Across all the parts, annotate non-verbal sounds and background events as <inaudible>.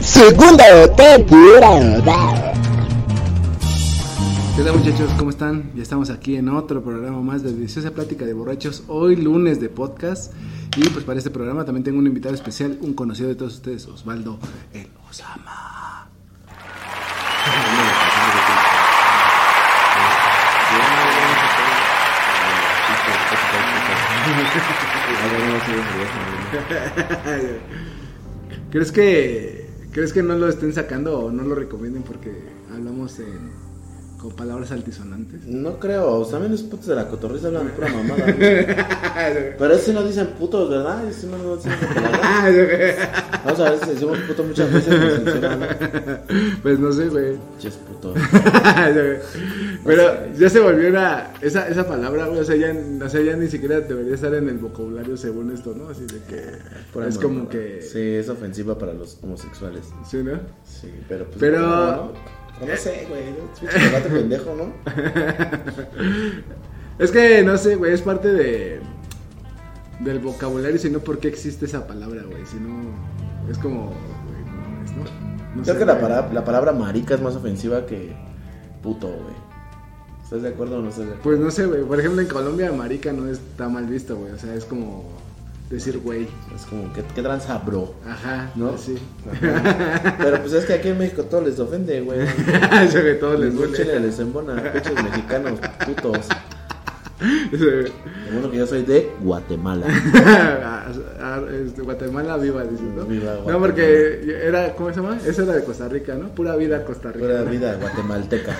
Segundo temporada. ¿Qué tal muchachos? ¿Cómo están? Ya estamos aquí en otro programa más de Deliciosa Plática de Borrachos, hoy lunes de podcast. Y pues para este programa también tengo un invitado especial, un conocido de todos ustedes, Osvaldo El Osama. ¿Crees que, ¿Crees que no lo estén sacando o no lo recomienden porque hablamos en- con palabras altisonantes? <laughs> No creo, o sea, también los putos de la cotorriza hablan pura mamada. ¿no? Pero ese no dicen putos, ¿verdad? Ese no, no dicen putos. <laughs> Vamos a ver si decimos puto muchas veces. Nos censuran, ¿no? pues no sé, güey. <laughs> Ches puto. Pero ya se volvió una, esa, esa palabra, güey, o sea, ya, o sea, ya ni siquiera debería estar en el vocabulario según esto, ¿no? Así de que Pura es como mamada. que... Sí, es ofensiva para los homosexuales. Sí, ¿no? Sí, pero pues. Pero- No, no, no sé, güey. ¿no? Es pinche debate pendejo, <laughs> ¿no? Es que, no sé, güey, es parte de... Del vocabulario, sino por qué existe esa palabra, güey. Si no, es como... güey, no mames, ¿no? No Creo sé, que la, güey. palabra, la palabra marica es más ofensiva que puto, güey. ¿Estás de acuerdo o no estás de acuerdo? Pues no sé, güey. Por ejemplo, en Colombia, marica no está mal visto, güey. O sea, es como decir, güey. Es como, ¿qué, qué tranza, bro? Ajá, ¿No? <laughs> Sí. Ajá. Pero pues es que aquí en México todo les ofende, <laughs> güey. Eso que todos les Ningún duele. chile les embona, pinches mexicanos, putos. <laughs> Ese- Lo bueno que yo soy de Guatemala. Ah, ah, este, Guatemala viva, dices, ¿no? Viva Guatemala. No, porque era, ¿cómo se llama? Esa era de Costa Rica, ¿no? Pura vida Costa Rica. Pura vida <laughs> guatemalteca.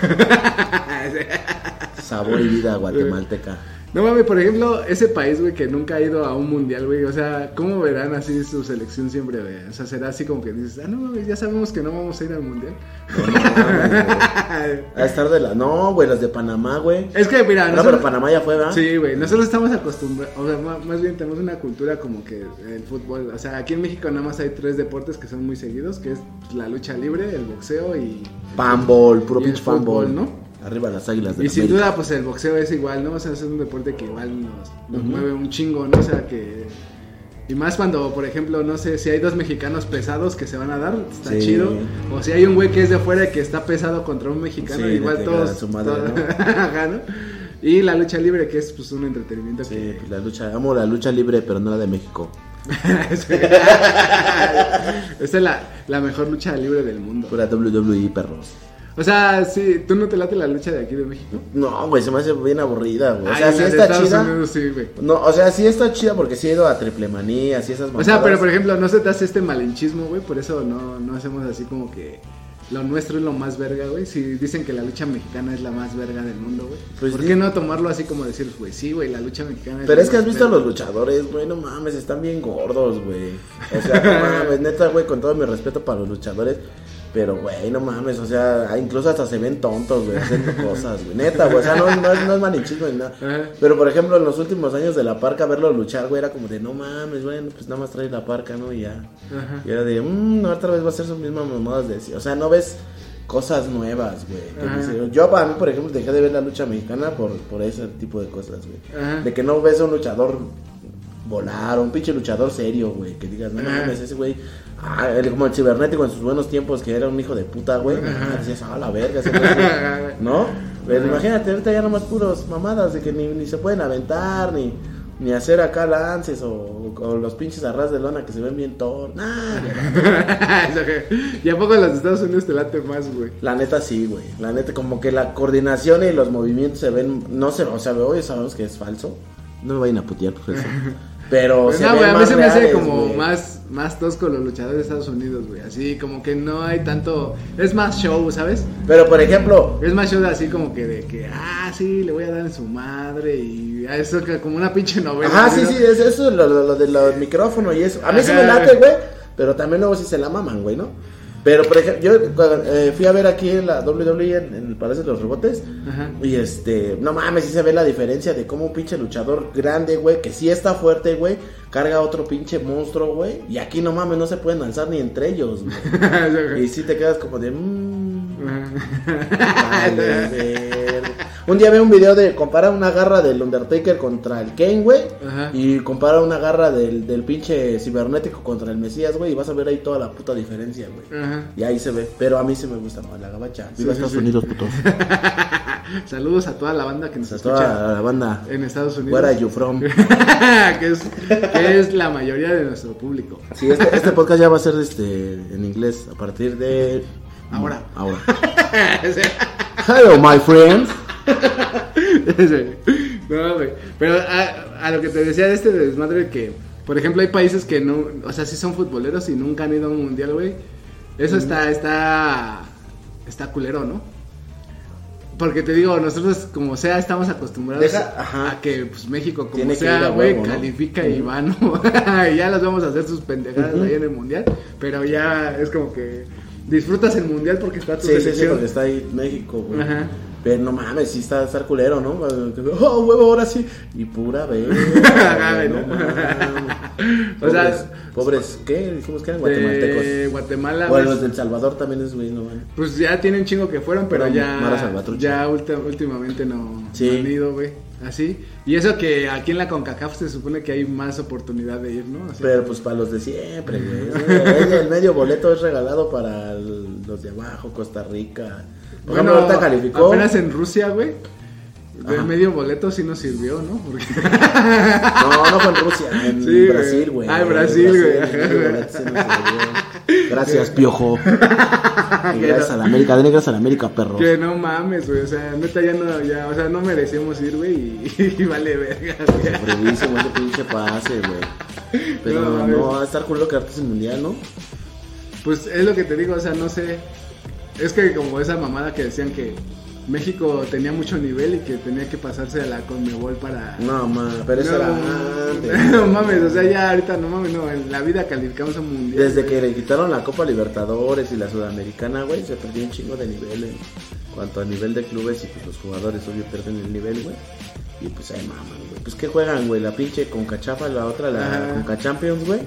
Sabor y vida guatemalteca. No mames, por ejemplo, ese país, güey, que nunca ha ido a un mundial, güey. O sea, ¿cómo verán así su selección siempre, güey? O sea, será así como que dices, ah, no mames, ya sabemos que no vamos a ir al mundial. No, no, mames, güey. A estar de la. No, güey, los de Panamá, güey. <laughs> es que, mira, No, nosotros- pero Panamá ya fue, ¿verdad? Ah, Sí, güey, nosotros estamos acostumbrados, o sea, ma- más bien tenemos una cultura como que el fútbol, o sea, aquí en México nada más hay tres deportes que son muy seguidos, que es la lucha libre, el boxeo y... Pambol, puro Y el pinche pambol. fútbol, Arriba las águilas de Y la sin América. duda, pues el boxeo es igual, ¿no? O sea, es un deporte que igual nos, nos mueve un chingo, ¿no? O sea, que... Y más cuando, por ejemplo, no sé, si hay dos mexicanos pesados que se van a dar, está Sí. chido. O si hay un güey que es de afuera que está pesado contra un mexicano, Sí, igual le pegan a todos... su madre, todos- ¿no? <laughs> Ajá, ¿no? Y la lucha libre, que es pues un entretenimiento que... <laughs> Sí, pues, la lucha. Amo la lucha libre, pero no la de México. Esta es la, la mejor lucha libre del mundo. Pura WWE, perros. O sea, sí, tú no te late la lucha de aquí de México. No, güey, se me hace bien aburrida, güey. O sea, Ay, sí la de está Estados chida. Unidos, sí, güey. No, o sea, sí está chida porque sí he ido a triple manía, así esas O sea, pero mamadas. por ejemplo, no se te hace este malinchismo, güey. Por eso no, no hacemos así como que lo nuestro es lo más verga, güey. Si dicen que la lucha mexicana es la más verga del mundo, güey. Pues ¿Por sí. qué no tomarlo así como decir, güey, sí, güey, la lucha mexicana es Pero la es que has más visto a verga? los luchadores, güey, no mames, están bien gordos, güey. O sea, <laughs> no mames, neta, güey, con todo mi respeto para los luchadores. Pero, güey, no mames, o sea, ah, incluso hasta se ven tontos, güey, haciendo cosas, güey. Neta, güey, o sea, no, no es, no es malinchismo ni nada. Ajá. Pero, por ejemplo, en los últimos años de la parca, verlo luchar, güey, era como de, no mames, bueno, pues nada más trae la parca, ¿no? Y ya. Ajá. Y era de, mmm, otra vez va a ser sus mismas mamadas de... O sea, no ves cosas nuevas, güey. que Ajá. dices, Yo, para mí, por ejemplo, dejé de ver la lucha mexicana por, por ese tipo de cosas, Ajá. güey. De que no ves a un luchador volar, un pinche luchador serio, güey. Que digas, no Ajá. mames, ese güey... ah, el- como el cibernético en sus buenos tiempos, que era un hijo de puta, güey. Ah, Decías, ah, la verga, ese güey", ¿no? Pero imagínate, ahorita ya nomás puros mamadas de que ni, ni se pueden aventar, ni, ni hacer acá lances o, o los pinches arras de lona que se ven bien torn. Nah, güey. <laughs> Eso que- y a poco en los Estados Unidos te late más, güey. La neta sí, güey. La neta, como que la coordinación y los movimientos se ven. No se o sea, hoy sabemos que es falso. No me vayan a putear por <laughs> eso. Pero Pues se no, ven güey, a mí más se me hace reales, como güey. más, más tosco los luchadores de Estados Unidos, güey. Así como que no hay tanto. Es más show, ¿sabes? Pero por ejemplo, Es más show de así como que de que, ah, sí, le voy a dar en su madre y a eso que como una pinche novela. ajá, sí, ¿no? sí, es eso, lo, lo, lo del micrófono y eso. A mí se me Ajá. late, güey. Pero también luego sí se la maman, güey, ¿no? Pero, por ejemplo, yo cuando, eh, fui a ver aquí en la WWE en, en el Palacio de los Rebotes. Ajá. Y este, no mames, sí se ve la diferencia de cómo un pinche luchador grande, güey, que sí está fuerte, güey, carga a otro pinche monstruo, güey. Y aquí no mames, no se pueden lanzar ni entre ellos, güey. Y sí te quedas como de. Mmm, vale, verga. un día veo un video de compara una garra del Undertaker contra el Kane, güey. Ajá. Y compara una garra del, del pinche cibernético contra el Mesías, güey. Y vas a ver ahí toda la puta diferencia, güey. <laughs> Ajá. Y ahí se ve. Pero a mí sí me gusta más la gabacha. Viva Sí, sí, Estados sí. Unidos, <laughs> putos. Saludos a toda la banda que nos A escucha toda la banda. en Estados Unidos. Where are you from? <laughs> que, es, que es la mayoría de nuestro <laughs> público. <laughs> Sí, este, este podcast ya va a ser este en inglés a partir de Ahora. ahora. Hello, my friends. <laughs> no, güey. Pero a, a lo que te decía de este desmadre que, por ejemplo, hay países que no, o sea, sí son futboleros y nunca han ido a un mundial, güey. Eso está, está, está culero, ¿no? Porque te digo, nosotros como sea estamos acostumbrados Deja- ajá. a que pues, México como Tiene que ir sea, a güey, huevo, ¿no? califica y va, ¿no? <laughs> y ya las vamos a hacer sus pendejadas ahí en el mundial, pero ya es como que disfrutas el mundial porque está tu Sí, sí, sí, selección. porque está ahí México, güey. Ajá. Pero no mames, sí está estar culero, ¿no? Oh, huevo, ahora sí. Y pura vez. <laughs> Ajá, no ¿no? mames. <laughs> O sea, Pobres- pobres, ¿qué? Dijimos que eran de guatemaltecos. Guatemala. O los pues, del Salvador también es güey, no mames. Pues ya tienen chingo que fueron, pero Fueron ya. malas salvatruchas. Ya ulti- últimamente no, Sí. no han ido, güey. Así. Y eso que aquí en la CONCACAF se supone que hay más oportunidad de ir, ¿no? Así. Pero pues para los de siempre, güey. El, el medio boleto es regalado para el- los de abajo, Costa Rica. Por Bueno, ejemplo, ahorita calificó. apenas en Rusia, güey. De Ajá. medio boleto sí nos sirvió, ¿no? Porque No, no fue en Rusia, en Sí, güey. Brasil, güey. Ah, en Brasil, güey. el medio boleto sí nos sirvió. <laughs> Gracias, piojo. Y gracias a la América, dale gracias a la América, perro. <laughs> que no mames, güey. O sea, neta ya no, ya, o sea, no merecemos ir, güey. Y, <laughs> y vale verga, güey. Bravísimo ese pinche pase, güey. Pero No, no, mames. va a estar culo quedarte sin mundial, ¿no? Pues es lo que te digo, o sea, no sé. Es que como esa mamada que decían que México tenía mucho nivel y que tenía que pasarse a la Conmebol para. No, mames, pero eso No, era antes. <laughs> no mames, o sea, ya ahorita no mames, no. En la vida calificamos a un mundial. Desde güey. que le quitaron la Copa Libertadores y la Sudamericana, güey, se perdió un chingo de nivel en cuanto a nivel de clubes y pues los jugadores obvio pierden el nivel, güey. Y pues ahí maman, güey. Pues que juegan, güey, la pinche Concachafa, la otra la Ajá. Conca Champions, güey.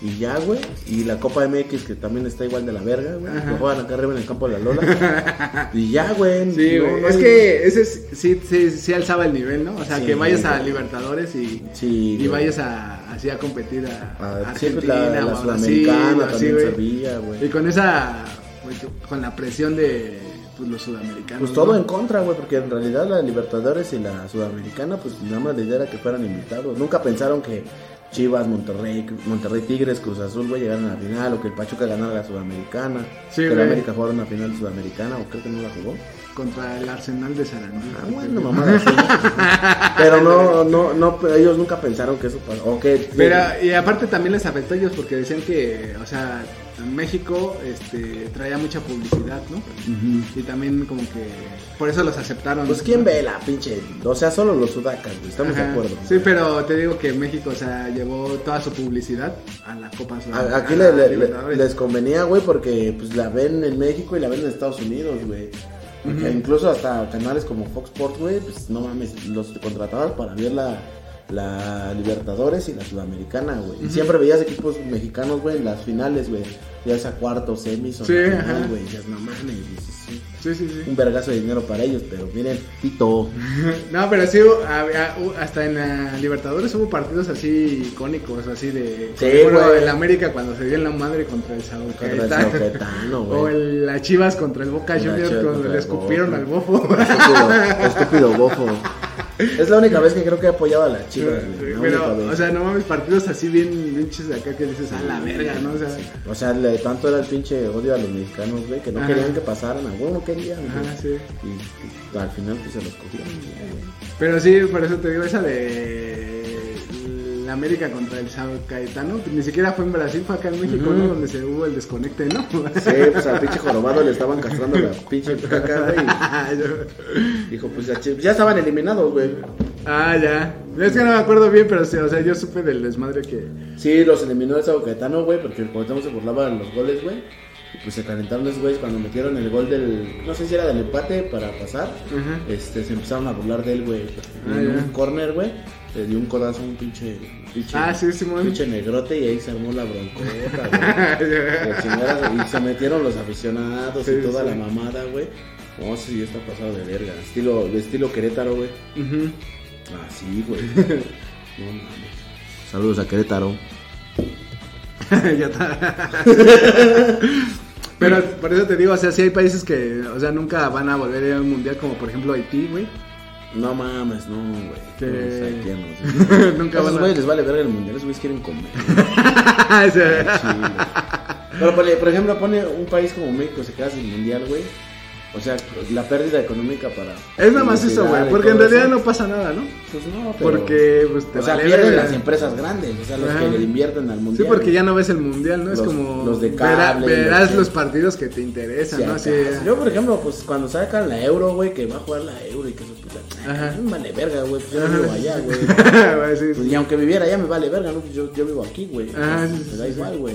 Y ya, güey. Y la Copa MX que también está igual de la verga, güey. Lo juegan acá arriba en el campo de la <laughs> Lola. y ya, güey. Sí, no, güey. no es hay- que ese es- sí, sí, sí alzaba el nivel, ¿no? O sea, Sí, que vayas a güey. Libertadores y, Sí, y güey. vayas a, así a competir a, Ah, sí, pues, Argentina la, o la a Brasil, Sudamericana así, también güey. servía, güey. Y con esa. güey, Con la presión de pues, los sudamericanos. Pues todo ¿no? en contra, güey, porque en realidad la Libertadores y la Sudamericana, pues nada más la idea era que fueran invitados. Nunca pensaron que Chivas, Monterrey, Monterrey Tigres, Cruz Azul, güey, llegaran a la final, o que el Pachuca ganara la Sudamericana, Sí, que güey. la América jugara una final Sudamericana, o creo que no la jugó. contra el Arsenal de Sarandí. Ah, bueno, mamada. sí, <laughs> ¿no? Pero no, no, no, pero ellos nunca pensaron que eso pasó. O que, Pero, y aparte también les afectó a ellos porque decían que, o sea, en México este, traía mucha publicidad, ¿no? Y también como que por eso los aceptaron. Pues quién ¿no? ve la pinche. O sea, solo los sudacas, güey, estamos de Ajá. acuerdo. Sí, güey. pero te digo que México, o sea, llevó toda su publicidad a la Copa A- Sudamericana. Aquí le- le- le- Libertadores. les convenía, güey, porque pues la ven en México y la ven en Estados Unidos, güey. Porque Incluso hasta canales como Fox Sports, güey, pues no mames, los contrataban para ver la, la Libertadores y la Sudamericana, güey. Y siempre veías equipos mexicanos, güey, en las finales, güey. Ya sea cuartos, semis o Sí, la ajá. final, güey. Ya no mames, dices, sí, Sí, sí, sí. un vergazo de dinero para ellos, pero miren, <laughs> Tito. No, pero sí, hu- había- hu- hasta en la Libertadores hubo partidos así icónicos, así de. Sí, bueno, güey. el América cuando se dio en la madre contra el Sao Contra el Caetano. Saucetano, güey. <laughs> O el, la Chivas contra el Boca La Juniors Chivas cuando contra le el escupieron Boca. al bofo. Estúpido, estúpido bofo. Es la única vez que creo que he apoyado a las <laughs> chivas, güey. la única Pero, vez. o sea, no mames, partidos así bien pinches de acá que dices, a la verga, ¿no? O sea, O sea, le- tanto era el pinche odio a los mexicanos, güey, que no Ajá. querían que pasaran, a huevo no querían, güey. ajá, sí. Y, y al final pues se los cogieron, güey. Pero sí, por eso te digo, esa de la América contra el Sao Caetano, que ni siquiera fue en Brasil, fue acá en México, ¿no? Donde se hubo el desconecte, ¿no? <laughs> Sí, pues al pinche jorobado le estaban castrando la pinche caca, güey. y Dijo, pues ya, chi- ya estaban eliminados, güey. ah, ya. Es que no me acuerdo bien, pero sí, o sea, yo supe del desmadre que... Sí, los eliminó el Sao Caetano, güey, porque el Cuauhtémoc se burlaba de los goles, güey. Pues se calentaron los güeyes cuando metieron el gol del. No sé si era del empate para pasar. Ajá. Este, se empezaron a burlar de él, güey. Ah, en ya. un corner, güey. Le dio un codazo a un pinche. pinche Ah, sí, Simón. Pinche negrote y ahí se armó la broncota, <laughs> güey. Ya. La chingada, y se metieron los aficionados Sí, y toda sí. la mamada, güey. No sé si está pasado de verga. Estilo, de estilo Querétaro, güey. Ujú. Ah, sí, <laughs> güey. No mames. Saludos a Querétaro. <laughs> Ya está. <laughs> Pero por eso te digo, o sea, sí hay países que, o sea, nunca van a volver a ir a un mundial, como por ejemplo Haití, güey. <laughs> No mames, no, güey. Sí. No, o sea, ¿quién no? Sí. <laughs> nunca A esos van güeyes les vale verga el mundial, esos güeyes quieren comer. a. Sí. Chile. Pero ponle- por ejemplo, pone un país como México se queda sin mundial, güey. O sea, la pérdida económica para. es nada más eso, güey, porque en realidad no pasa nada, ¿no? Pues no, pero- Porque, pues, te O sea, vale pierden verga. las empresas grandes, o sea, los Ajá. que le invierten al Sí, mundial. porque ya no ves el mundial, ¿no? es Los- como. los de verá- cable, verás los los, que- partidos que te interesan, Sí, ¿no? acá. Sí. <laughs> Yo, por ejemplo, pues cuando sacan la euro, güey, que va a jugar la euro y que eso, puta. Ajá. Ajá. Me vale verga, güey, pues yo Ajá. no vivo allá, güey. <laughs> Güey, sí, Pues, sí. y aunque viviera allá, me vale verga, ¿no? Pues, yo, yo vivo aquí, güey. Ah, sí, Pues, sí, me da sí, igual, güey.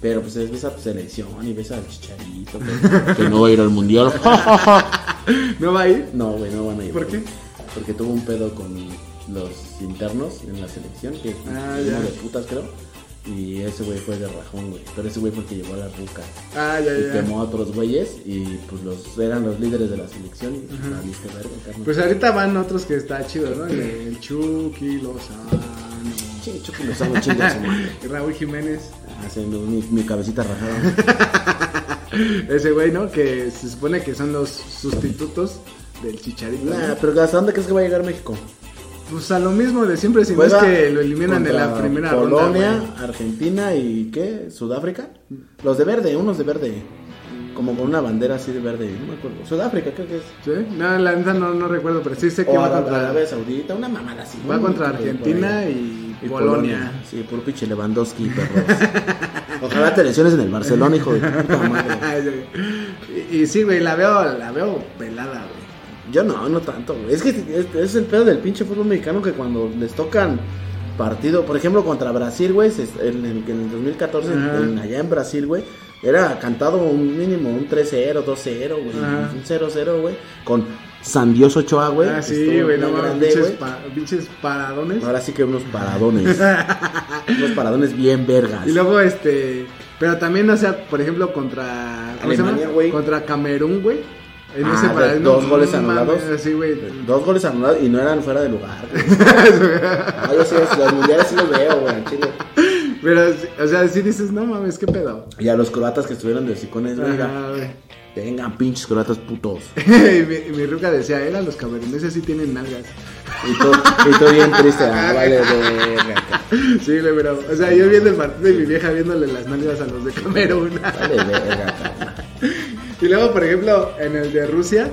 Pero pues ves a tu selección y ves al <laughs> chicharito que, que no va a ir al mundial. Pues, ¿No va a ir? <laughs> no, güey, no van a ir. ¿Por güey. qué? Porque tuvo un pedo con los internos en la selección, que es Ah, ya. uno de putas, creo. Y ese güey fue de rajón, güey. Pero ese güey fue el que llevó a la ruca. Ah, ya, Y ya. quemó a otros güeyes y pues los eran los líderes de la selección y pues, valiste verga, carnal. Pues ahorita van otros que está chido, ¿no? El, el Chucky, Lozano, Chingue, chuque, los hago chingas, <laughs> güey. Raúl Jiménez. Haciendo mi, mi cabecita rajada. Ese güey, ¿no? Que se supone que son los sustitutos del Chicharito. ¿no? nah, pero ¿hasta dónde crees que va a llegar México? Pues a lo mismo de siempre, si no pues es Juega que lo eliminan de la contra primera Polonia, ronda. Argentina y ¿qué? ¿Sudáfrica? Mm. Los de verde, unos de verde. Como con una bandera así de verde, no me acuerdo. Sudáfrica creo que es. güey. ¿Sí? No, la neta no, no recuerdo, pero sí sé que O va Ara- contra, Arabia Saudita, una mamada así. va un contra equipo de por Argentina ahí. y, Y Polonia. Sí, por pinche Lewandowski, perros. <laughs> Ojalá te lesiones en el Barcelona, hijo de tu puta <laughs> madre. y, y sí, güey, la veo, la veo pelada, güey. Yo no, no tanto, güey. Es que es, es el pedo del pinche fútbol mexicano que cuando les tocan partido, por ejemplo, contra Brasil, güey, se- en, el- en el 2014, en- Ajá. en- allá en Brasil, güey, era cantado un mínimo un 3-0, 2-0, güey, Ajá. un 0-0, güey, con Sandios Ochoa, güey. ah, que sí, estuvo güey, no muy mames, grande, pinches, güey. pa- pinches paradones. Ahora sí que unos <laughs> paradones. unos paradones bien vergas. Y luego, este. Pero también, o sea, por ejemplo, contra. ¿cómo se Alemania, llama? güey. Contra Camerún, güey. En Ah, ese de- parado, dos goles mames, anulados. Sí, güey. Dos goles anulados y no eran fuera de lugar. <laughs> güey. Ah, yo sí, los mundiales sí los veo, güey, al chile. Pero, o sea, sí dices, no mames, qué pedo. Y a los croatas que estuvieron de hocicones, venga, Ajá, güey. <laughs> vengan pinches croatas putos. y mi, y mi ruca decía, era los cameruneses sí tienen nalgas. Y tú, y tú bien triste, ah, vale, verga, Sí, güey, pero. O sea, yo viendo el partido y mi vieja viéndole las nalgas a los de Camerún. vale, verga, carnal. y luego, por ejemplo, en el de Rusia.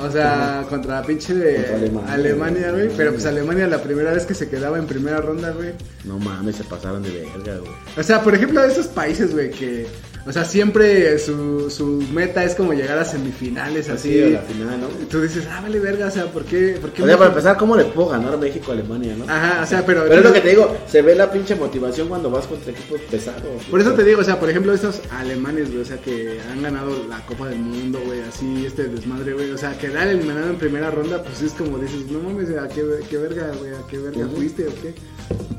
O sea, contra pinche de Contra Alemania, Alemania, güey. güey. Pero pues Alemania la primera vez que se quedaba en primera ronda, güey. No mames, se pasaron de verga, güey. O sea, por ejemplo, esos países, güey, que. O sea, siempre su, su meta es como llegar a semifinales, así. Así a la final, ¿no? Y tú dices, ah, vale, verga, o sea, ¿por qué? ¿Por qué O sea, para México? empezar, ¿cómo le puedo ganar México a Alemania, no? Ajá, o sea, pero. Pero es lo que te digo, se ve la pinche motivación cuando vas contra equipos pesados. Por eso te digo, o sea, por ejemplo, estos alemanes, güey, o sea, que han ganado la Copa del Mundo, güey, así, este desmadre, güey, o sea, quedar eliminado en primera ronda, pues es como dices, no mames, ¿a qué, qué verga, güey, a qué verga Ujú. fuiste o qué?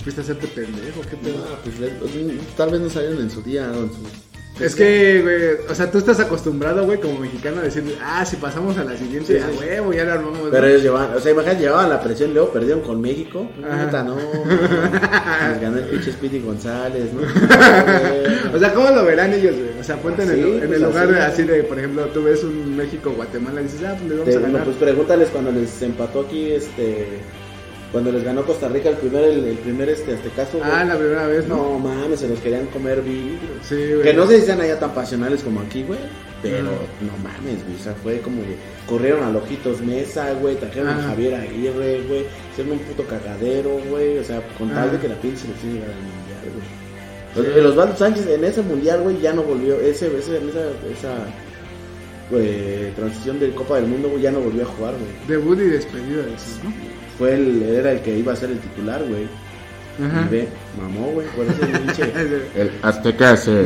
Fuiste a hacerte pendejo, qué pedo. Ah, pues, le- tal vez no salieron en su día, o en su... Es que, güey, o sea, tú estás acostumbrado, güey, como mexicano a decir, ah, si pasamos a la siguiente, Sí, a sí. huevo, ya la armamos. ¿no? Pero ellos llevaban, o sea, imagínate, llevaban la presión, luego perdieron con México. Ajá. Puta, <laughs> no. Les ganó el pinche Speedy González, <laughs> ¿no? Este, o O sea, ¿cómo lo verán ellos, güey? O sea, ponte en el, Sí, en pues el lugar así. de- así de, por ejemplo, tú ves un México-Guatemala y dices, ah, pues le vamos a ganar. pues pregúntales cuando les empató aquí, este. Cuando les ganó Costa Rica el primer, el, el primer este, este caso. güey. ah, la primera vez, no. No mames, se los querían comer vivos. Sí, güey. Que no se sean allá tan pasionales como aquí, güey. Pero Ajá. no mames, güey. O sea, fue como que corrieron a Lojitos Mesa, güey. Trajeron Ajá. a Javier Aguirre, güey. Hicieron un puto cagadero, güey. O sea, con tal Ajá. de que la pinche selección llegara al mundial, güey. Los- El Osvaldo Sánchez en ese mundial, güey, ya no volvió. Ese, ese, esa, esa güey, transición del Copa del Mundo, güey, ya no volvió a jugar, güey. Debut y despedida, dices, ¿no? Fue el, era el que iba a ser el titular, güey. Ajá. Y ve, mamó, güey, por eso <laughs> pinche. El azteca ese.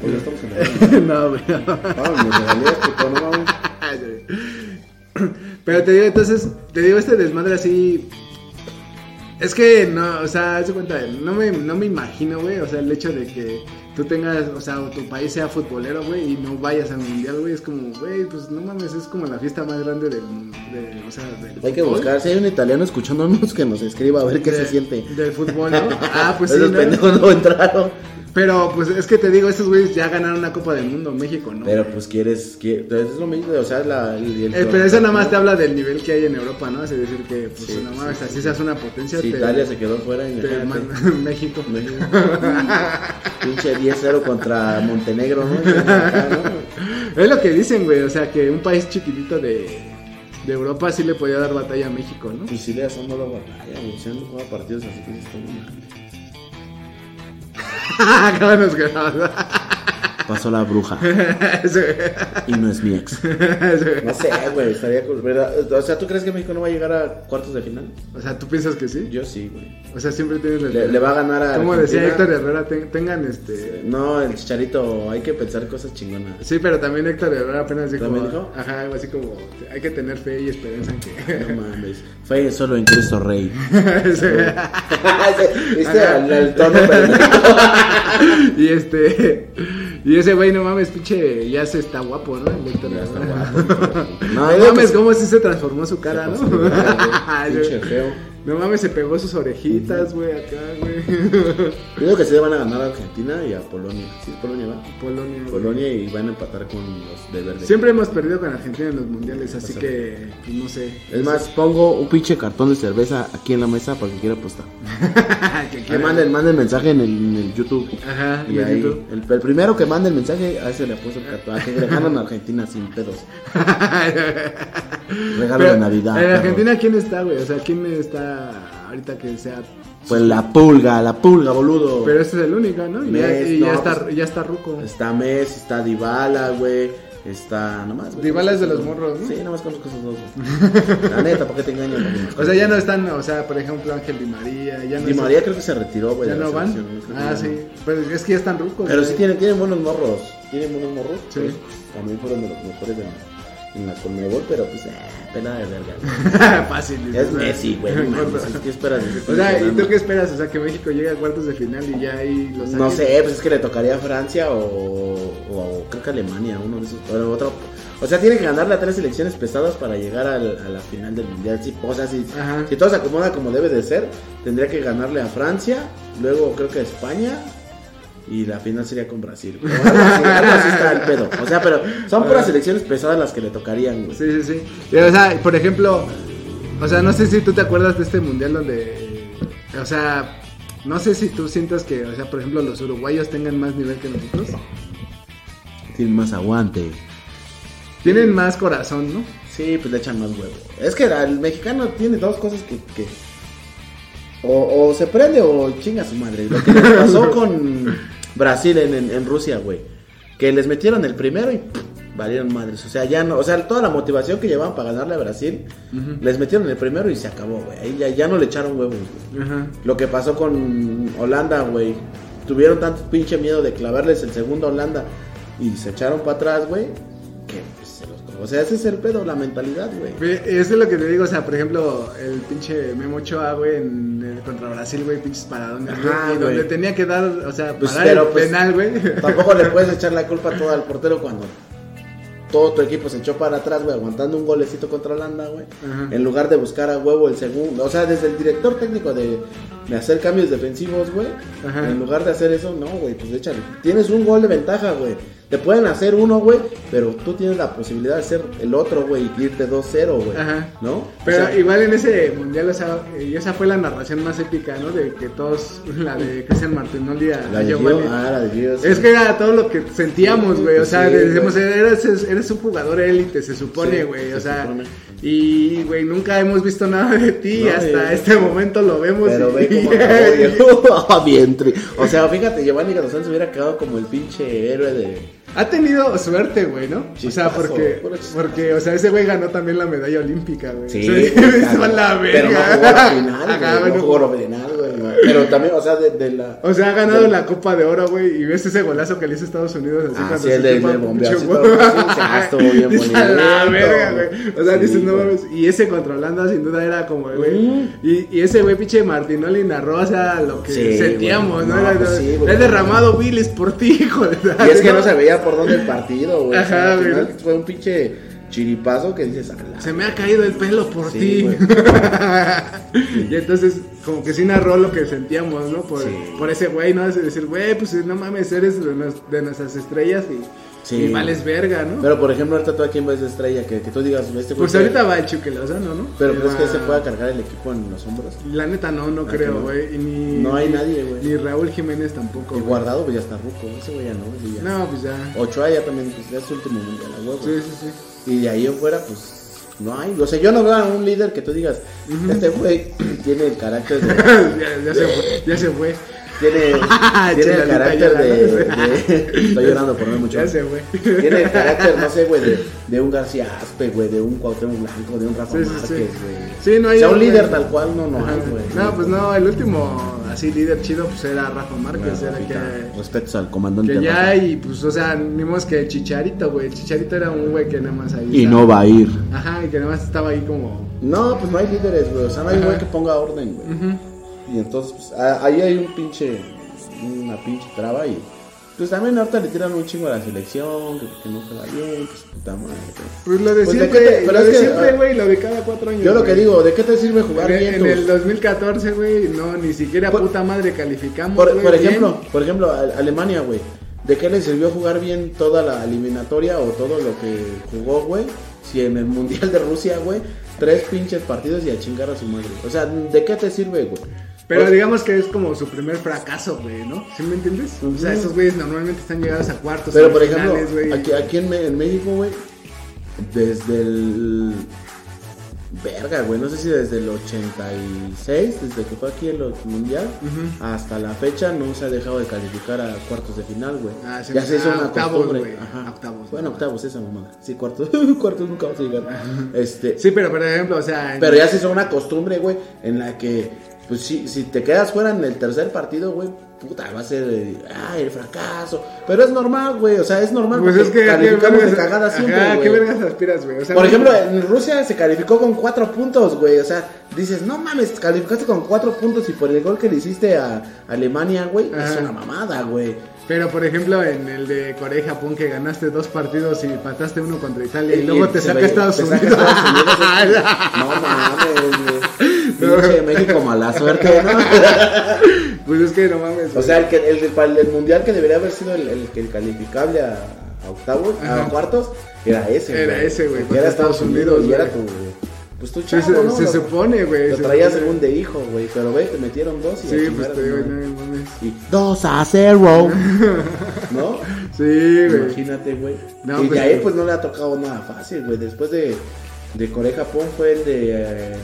Pues ya estamos en <laughs> la- no, güey. no. <laughs> Vámonos, me salí, puto, no mames. Pero te digo, entonces, te digo, este desmadre así. Es que no, o sea, haz de cuenta, no me, no me imagino, güey, o sea, el hecho de que tú tengas, o sea, o tu país sea futbolero, güey, y no vayas al mundial, güey, es como, güey, pues no mames, es como la fiesta más grande del mundo, o sea, del Hay que fútbol. buscar, si hay un italiano escuchándonos que nos escriba a ver qué De- se siente. Del fútbol, <laughs> ¿no? Ah, pues sí, Esos ¿no? pendejos no entraron. Pero, pues, es que te digo, estos güeyes ya ganaron una Copa del Mundo, México, ¿no? Pero pues quieres, quie- pues, es lo mismo, o sea, la... el- el- Eh, pero eso nada más te habla del nivel que hay en Europa, ¿no? Es decir, que pues, Sí, nada más, así seas una potencia, Si te- Italia se quedó fuera, te imagínate. manda- <laughs> México. México. Pinche 10-0 contra Montenegro, <laughs> ¿no? Acá, ¿no? <laughs> Es lo que dicen, güey, o sea, que un país chiquitito de, de Europa sí le podía dar batalla a México, ¿no? <laughs> Pues sí le hacen la batalla, güey. Se han jugado partidos así que dices, "Toma, madre". Acabanos grabados. <laughs> Pasó la bruja Eso, güey. y no es mi <laughs> ex. Eso, güey. No sé, güey, estaría cool. ¿verdad? O sea, ¿tú crees que México no va a llegar a cuartos de final? O sea, ¿tú piensas que sí? Yo sí, güey. O sea, siempre tienes... la- Le, le va a ganar a. Como decía Argentina. Héctor Herrera, ten- tengan este... No, el chicharito, hay que pensar cosas chingonas. Sí, pero también Héctor Herrera apenas dijo... ¿También dijo? Ajá, algo así como... Hay que tener fe y esperanza en <laughs> que... <laughs> No mames. Fue solo en Cristo <laughs> Rey. Eso, güey. ¿Viste al, al tono pendejo? <laughs> Y este. Y ese güey, no mames, pinche. Ya se está guapo, ¿no? El Héctor Ya está <laughs> Herrera. guapo. No, No, digo mames, que- cómo sí se transformó su cara, ¿no? <laughs> Pinche feo. No mames, se pegó sus orejitas, güey, <laughs> acá, güey. Yo Creo que sí le van a ganar a Argentina y a Polonia. Sí, Polonia va. Polonia. güey. Polonia y van a empatar con los de verde. Siempre hemos perdido con Argentina en los mundiales, así Pásame. que, pues, no sé. Es más, pongo un pinche cartón de cerveza aquí en la mesa para que quiera apostar. que Que quieran. manden, manden mensaje en el, en el YouTube. Ajá, Y en ahí, YouTube. el, el primero que mande el mensaje, a ese le apuesto el cartón. A <laughs> que le ganan a Argentina sin pedos. Regalo Pero, de Navidad. En perro. Argentina, ¿quién está, güey? O sea, ¿quién está ahorita que sea. Pues la pulga, la pulga, boludo. Pero ese es el único, ¿no? Y ya, Mes, y ya no, está, pues- ya está Ruco. Está Messi, está Dybala, güey. Está nomás. güey. Dybala es de los morros, ¿no? Sí, nomás conozco esos dos. <laughs> güey. La neta, ¿para qué te engañas? O sea, ya no están, o sea, por ejemplo, Ángel Di María, ya no Di es- María creo que se retiró, güey. ya de la no van. selección, creo que Ah, ya sí. no. Pero es que ya están rucos. Pero güey. sí tienen, tienen buenos morros. Tienen buenos morros. Sí. pues, También fueron de los mejores en, en la Conmebol, pero pues, eh, pena de verga. <laughs> <laughs> Fácil. güey. Es o sea, Messi, <laughs> güey. no no mames, importa. ¿Qué esperas? de ese O sea, ¿y programa? tú qué esperas? O sea, que México llegue a cuartos de final y ya ahí los No Ángeles- sé, pues es que le tocaría a Francia o, o- o creo que a Alemania, uno de esos, o otro. O sea, tiene que ganarle a tres elecciones pesadas para llegar al- a la final del mundial. Sí, o sea, si, Ajá. si todo se acomoda como debe de ser, tendría que ganarle a Francia, luego creo que a España. Y la final sería con Brasil. Pero algo así, algo así está el pedo. O sea, pero <laughs> son puras elecciones pesadas las que le tocarían, güey. Sí, sí, sí. Y, o sea, por ejemplo, o sea, no sé si tú te acuerdas de este mundial donde, o sea, no sé si tú sientas que, o sea, por ejemplo, los uruguayos tengan más nivel que nosotros. Tienen más aguante. Tienen más corazón, ¿no? Sí, pues le echan más huevo. Es que el mexicano tiene dos cosas que. que- o, o se prende o chinga su madre. Lo que les pasó con Brasil en, en- en Rusia, güey. Que les metieron el primero y pff, valieron madres. O sea, ya no. O sea, toda la motivación que llevaban para ganarle a Brasil, les metieron el primero y se acabó, güey. Ahí ya, ya no le echaron huevos, güey. Ajá. Lo que pasó con Holanda, güey. Tuvieron tanto pinche miedo de clavarles el segundo a Holanda y se echaron para atrás, güey. Que pues, se los O sea, ese es el pedo, la mentalidad, güey. Ve, Eso es lo que te digo, o sea, por ejemplo, el pinche Memo Ochoa, güey, en, en- contra Brasil, güey, pinches paradones, güey, Ajá, y donde güey. tenía que dar, o sea, Pues, parar pero, el pues, penal, <laughs> güey. Tampoco le puedes echar la culpa toda al portero cuando todo tu equipo se echó para atrás, güey, aguantando un golecito contra Holanda, güey. Ajá. En lugar de buscar a huevo el segundo. O sea, desde el director técnico de, de hacer cambios defensivos, güey. Ajá. En lugar de hacer eso, no, güey, pues échale. Tienes un gol de ventaja, güey. Te pueden hacer uno, güey, pero tú tienes la posibilidad de hacer el otro, güey, y irte 2-0, güey. Ajá. ¿No? O Pero sea, igual en ese mundial, o sea, y esa fue la narración más épica, ¿no? De que todos, <laughs> la de Cristian Martinoli a la a de Gio, Giovanni. ah, la de Gio, sí. Es que era todo lo que sentíamos, güey. O Sí, sea, güey. decíamos, eres, eres un jugador élite, se supone, Sí, güey. o se sea, supone. y, güey, nunca hemos visto nada de ti. No, hasta güey. este momento lo vemos. Pero y- ve <laughs> cómo <laughs> Ah, acabó, viejo. Bien tri- O sea, fíjate, Giovanni Gato Sanz hubiera quedado como el pinche héroe de, Ha tenido suerte, güey, ¿no? o sea, Chispazo, porque, puro chispazo. porque, o sea, ese güey ganó también la medalla olímpica, güey. Sí, O <laughs> sea, <laughs> es claro. la Pero no jugó verga. la final, Ajá, güey, no no jugó la final, güey, güey. Pero también, o sea, de, de la... O sea, ha ganado de- la Copa de Oro, güey, y ves ese golazo que le hizo Estados Unidos así Ah, cuando sí, el se del- quema del un bombeazo pinche y todo. huevo. Sí, ah, <laughs> estuvo bien Dices, "A la bonito". verga, güey. O sea, Sí, dices, no güey. mames. Y ese contra Holanda, sin duda, era como, güey. Ujú. y, y ese güey, pinche Martinoli narró, o sea, lo que Sí, sentíamos, güey. ¿no? No, Era- pues sí, güey. He derramado bilis por ti, hijo de Y <laughs> es que no se veía por dónde el partido, güey. O sea, Ajá, al final güey. Fue un pinche chiripazo que dices, "A la Se me ha caído el pelo por Sí, ti. güey. y entonces, como que sí narró lo que sentíamos, ¿no? Por, Sí. por ese güey, ¿no? Es decir, güey, pues no mames, eres de, nos- de nuestras estrellas y, Sí. y vales verga, ¿no? Pero pues, por ejemplo, ahorita tú aquí en vez de estrella, que, que tú digas, este güey. pues que- ahorita Ah. va el Chuquelazano, ¿no? Pero crees que Va- se pueda cargar el equipo en los hombros. La neta no, no Ah, creo, no. güey. Y ni- No hay nadie, güey. Ni Raúl Jiménez tampoco. Y güey. guardado, pues ya está ruco. Ese güey ya no, ese ya. No, pues ya. Ochoa ya también, pues ya es su último mundial, a huevo. Sí, sí, sí. <laughs> Y de ahí afuera, pues no hay. O sea, yo no veo a un líder que tú digas, este güey <clears throat> tiene el carácter de. ya, ya se fue. Ya se fue. <laughs> Tiene, tiene el Chela, carácter ya de, la- de- Estoy llorando por no mucho. Ya se fue. Tiene el carácter, no sé, güey, de, de un García Aspe, güey, de un Cuauhtémoc Blanco, de un Rafa Sí, sí, Márquez, sí. güey. Sí, no hay O sea, un otro, líder güey. tal cual no, no hay, güey. No, pues no, el último así líder chido pues era Rafa Márquez, Bueno, era Rafita, que, Respetos al comandante. que ya Rafa. y pues o sea, ni más que el Chicharito, güey, el Chicharito era un güey que nada más ahí Y estaba. no va a ir. Ajá, y que nada más estaba ahí como No, pues no hay líderes, güey. O sea, no hay Ajá. güey que ponga orden, güey. Y entonces, pues a- ahí hay un pinche. Una pinche traba y. Pues también ahorita le tiran un chingo a la selección, que, que no juega bien, pues puta madre. güey. pues lo de Pues, ¿de siempre, qué te- pero lo es de que, siempre, ah, güey, lo de cada cuatro años. Yo lo que güey. digo, ¿de qué te sirve jugar en, bien en tus- el 2014, güey, no ni siquiera Por- puta madre calificamos, Por, güey, por bien. ejemplo, por ejemplo, a- Alemania, güey. ¿De qué le sirvió jugar bien toda la eliminatoria o todo lo que jugó, güey? Si en el Mundial de Rusia, güey, tres pinches partidos y a chingar a su madre. O sea, ¿de qué te sirve, güey? Pero O- digamos que es como su primer fracaso, güey, ¿no? ¿Sí me entiendes? O sea, Ujú. esos güeyes normalmente están llegados a cuartos, Pero por ejemplo, semifinales, güey. aquí, aquí en, Me- en México, güey, desde el... Verga, güey, no sé si desde el 86, desde que fue aquí el Mundial, Ujú. hasta la fecha no se ha dejado de calificar a cuartos de final, güey. Ah, sí, ya se hizo ah, una octavos, güey, costumbre. Ajá. octavos. bueno, octavos, esa mamada. Sí, cuartos, <laughs> cuartos nunca vamos a llegar. Este, Sí, pero por ejemplo, o sea, en- pero ya se hizo una costumbre, güey, en la que, pues si, si te quedas fuera en el tercer partido, güey, puta, va a ser, eh, ay, el fracaso. Pero es normal, güey, o sea, es normal. Pues porque es que ¿a qué calificamos de vergas- cagada ajá, siempre, ¿a güey. qué vergas aspiras, güey? O sea, Por no- ejemplo, en Rusia se calificó con cuatro puntos, güey. O sea, dices, no mames, calificaste con cuatro puntos y por el gol que le hiciste a Alemania, güey, es Ajá. una mamada, güey. pero por ejemplo, en el de Corea y Japón que ganaste dos partidos y pataste uno contra Italia y, luego te se saca ve- Estados te Unidos. saca Estados Unidos, <laughs> es- no mames, güey. Pinche México mala suerte, <laughs> ¿no? pues es que no mames. O güey. sea, el, que, el, del- para el del mundial que debería haber sido el, el, el calificable a, a octavos, Ajá. a cuartos, era ese. Era ese, güey, Porque contra Era Estados Estados Unidos, Unidos, y era tu. güey. Pues tu Sí, chavo, se, ¿no? se Lo- supone, güey. Lo se traía supone. según de hijo, güey. Pero ve, te metieron dos y a Sí, chingar pues a te tu digo, madre. no mames. Y 2 a 0. ¿No? Sí, güey. Imagínate, güey. No, y de pues, ahí, sí. pues no le ha tocado nada fácil, güey. Después de, de Corea-Japón fue el de eh,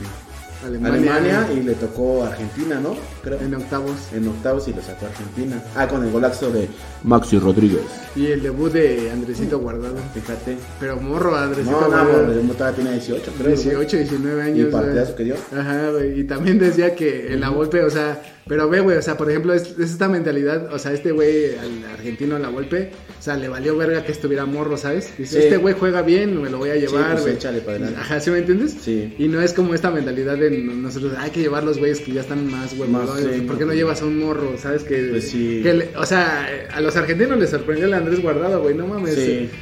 Alemania, Alemania, y le tocó Argentina, ¿no? Creo. en octavos. En octavos y lo sacó Argentina. Ah, con el golazo de Maxi Rodríguez. Y el debut de Andresito Guardado. Fíjate. Pero morro, Andresito No, no, Guardado. güey, el todavía tenía 18, creo. güey. 18, 19 años. Y güey. partidazo que dio. Ajá, güey. Y también decía que en la golpe, o sea, pero ve, güey, o sea, por ejemplo, es, es esta mentalidad, o sea, este güey, al argentino en la golpe, o sea, le valió verga que estuviera morro, ¿sabes? Dice, Sí. este güey juega bien, me lo voy a llevar, pues, güey. échale para adelante. Ajá, ¿sí me entiendes? Sí. Y no es como esta mentalidad de nosotros, hay que llevar los güeyes que ya están más, güey, Más, sí, ¿por qué no no. llevas a un morro, ¿sabes? Que, Pues, sí. que le- o sea, a los argentinos les sorprendió el Andrés Guardado, güey, no mames. eh, Sí.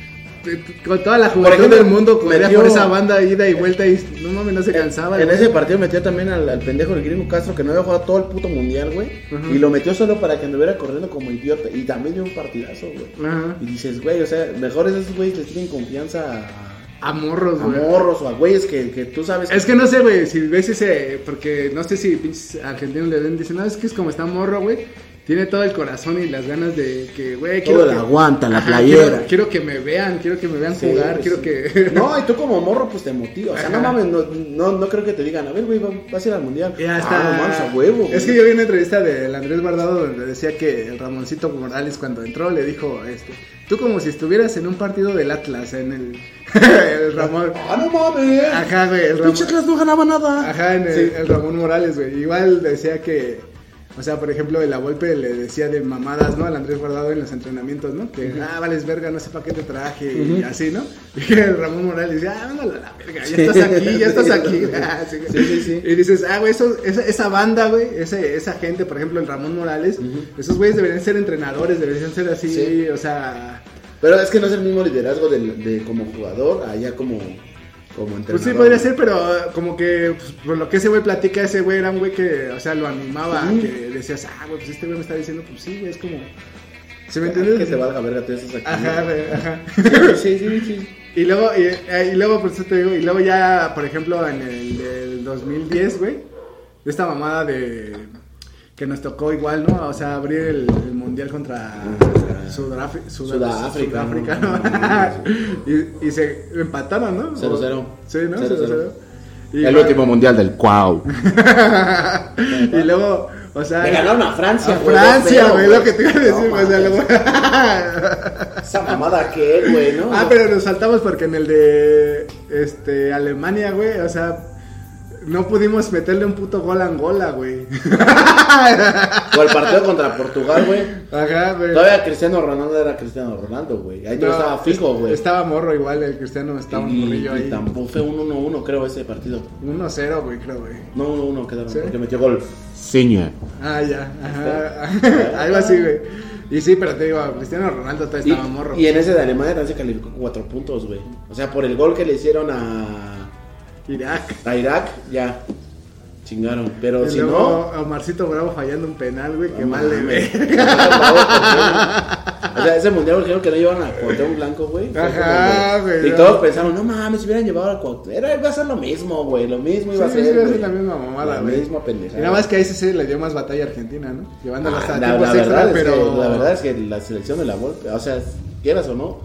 Con toda la Por juventud ejemplo, del mundo, corría metió- por esa banda ida y vuelta y no mames, no se cansaba. En güey. ese partido metió también al, al pendejo del gringo Castro que no había jugado todo el puto mundial, güey. Ajá. Y lo metió solo para que anduviera corriendo como idiota. Y también dio un partidazo, güey. Ajá. Y dices, güey, o sea, mejor esos güeyes les tienen confianza a, A morros, a Pues, güey. morros o a güeyes que, que tú sabes. Es que no sé, güey, si ves ese. Porque no sé si pinches argentinos le ven, dicen, no, es que es como está morro, güey. tiene todo el corazón y las ganas de que, güey, Todo el aguanta, la playera. Quiero, quiero que me vean, quiero que me vean Sí, jugar, pues, quiero sí. <laughs> que... <laughs> No, y tú como morro, pues te motiva. O sea, no Ajá. mames, no, no, no creo que te digan, a ver, güey, va- vas a ir al mundial. Ya Ah, está. no mames, a huevo. güey. es que yo vi una entrevista del Andrés Guardado donde decía que el Ramoncito Morales cuando entró le dijo, este, tú como si estuvieras en un partido del Atlas, en el, <laughs> el Ramón. Ah, no mames. Ajá, güey, el Ramón. Pinche Atlas no ganaba nada. Ajá, en el, Sí. el Ramón Morales, güey. Igual decía que, o sea, por ejemplo, el Volpe le decía de mamadas, ¿no? Al Andrés Guardado en los entrenamientos, ¿no? Que, ah, vales verga, no sé para qué te traje y así, ¿no? <laughs> Y el Ramón Morales decía, ah, mándalo a la verga, ya estás aquí, ya <laughs> estás aquí. <laughs> Así que- Sí, sí, sí. Y dices, ah, güey, eso- esa, esa banda, güey, ese- esa gente, por ejemplo, el Ramón Morales, esos güeyes deberían ser entrenadores, deberían ser así, Sí. o sea... Pero es que no es el mismo liderazgo del- de, como jugador allá como, como entrenador. Pues sí, podría ser, pero eh, como que pues, por lo que ese güey platica, ese güey era un güey que, o sea, lo animaba, Sí. que decías, ah, güey, pues este güey me está diciendo, pues sí, güey, es como... ¿Se me ¿Me entiendes? entiendes? Que te valga verga todas esas Ajá, actividades. güey, ajá. <laughs> Sí, sí, sí. Y luego, y, eh, y luego, por eso te digo, y luego ya, por ejemplo, en el del 2010, güey, esta mamada de... que nos tocó igual, ¿no? O sea, abrir el, el mundial contra Sudáfrica. Sudáfrica, Sudáfrica, no, no, <laughs> ¿no? y, y se empataron, ¿no? 0-0. Sí, ¿no? 0-0. 0-0. Y El va- último mundial del Cuau. <laughs> y luego, o sea. Le ganaron a Francia, a güey, Francia, dos cero, güey, lo que te iba a güey. decir, No o sea, luego- Esa mamada que es, güey, ¿no? Ah, pero nos saltamos porque en el de este Alemania, güey, o sea, no pudimos meterle un puto gol a Angola, güey. O el partido contra Portugal, güey. <laughs> Ajá, güey. Todavía Cristiano Ronaldo era Cristiano Ronaldo, güey. Ahí No, todo estaba fijo, güey. Estaba morro igual, el Cristiano estaba un y, morrillo y ahí. tampoco fue un 1-1, creo, ese partido. 1-0, güey, creo, güey. No, 1-1 quedaron, ¿Sí? porque metió gol. Ciña. Ah, ya, ajá. <laughs> Algo así, güey. Y sí, pero te digo, Cristiano Ronaldo Y, todavía estaba morro. y en ese de Alemania también se calificó con 4 puntos, güey. O sea, por el gol que le hicieron a, Irak. a Irak, ya. Chingaron. Pero Y si no. luego a Marcito Bravo fallando un penal, güey, que mal le ve. <laughs> O sea, ese mundial güey, creo que no llevaron a Cuauhtémoc Blanco, güey. Fue Ajá, como, güey, Y no. todos pensaron, no mames, si hubieran llevado a Cuauhtémoc. Era, iba a ser lo mismo, güey. Lo mismo iba a Sí, ser. sí, iba a güey. ser la misma mamada, La güey. misma pendejada. Y nada más que ahí sí se le dio más batalla a Argentina, ¿no? Llevándola Ah, hasta la, tiempo la extra, verdad es pero. que, la verdad es que la selección de la Volpe, o sea, quieras o no,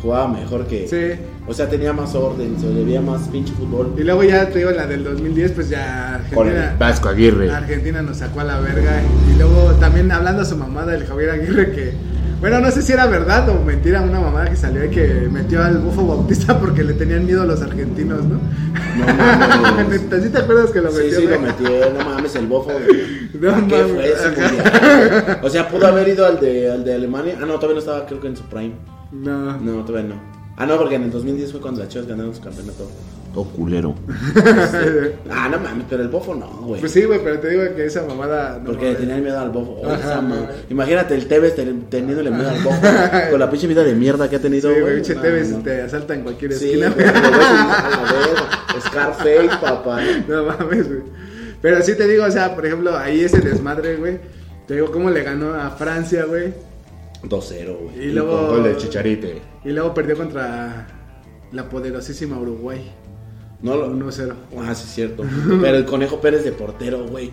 jugaba mejor que. Sí. O sea, tenía más orden, se le veía más pinche fútbol. Y luego ya te digo, la del 2010, pues ya Argentina. Vasco Aguirre. Argentina nos sacó a la verga. Y luego también hablando a su mamada, el Javier Aguirre, que. Bueno, no sé si era verdad o mentira una mamada que salió y que metió al bufo bautista porque le tenían miedo los argentinos, ¿no? No, <laughs> no, no. Neta, ¿Sí te acuerdas que lo Sí, metió? sí, lo güey? metió, no mames, el bofo. güey. <laughs> No ¿A ¿Qué mames, fue ese <laughs> ajá. mundial, güey? O sea, pudo haber ido al de, al de Alemania. Ah, no, todavía no estaba, creo que en su prime. No. No, todavía no. Ah, no, porque en el 2010 fue cuando las chivas ganaron su campeonato. Todo culero. <laughs> Ah, no mames, pero el bofo no, güey. <laughs> Pues sí, güey, pero te digo que esa mamada. no Porque le mames. tenían miedo al bofo. Oh, Ajá, esa madre. güey. Imagínate el Tevez ten- teniéndole miedo al <laughs> bofo. güey, Con la pinche vida de mierda que ha Sí, tenido. güey, pinche No, Tevez no. te asalta en cualquier Sí, esquina, güey, güey. <laughs> lo ves y, a la verga, Scarface, papá. No mames, güey. Pero sí te digo, o sea, por ejemplo, ahí ese desmadre, güey. Te digo, cómo le ganó a Francia, güey. 2-0, güey. Y luego- con Gol de Chicharite. Y luego perdió contra la poderosísima Uruguay. No lo. 1-0. Ah, sí, es cierto. Pero el Conejo Pérez de portero, güey.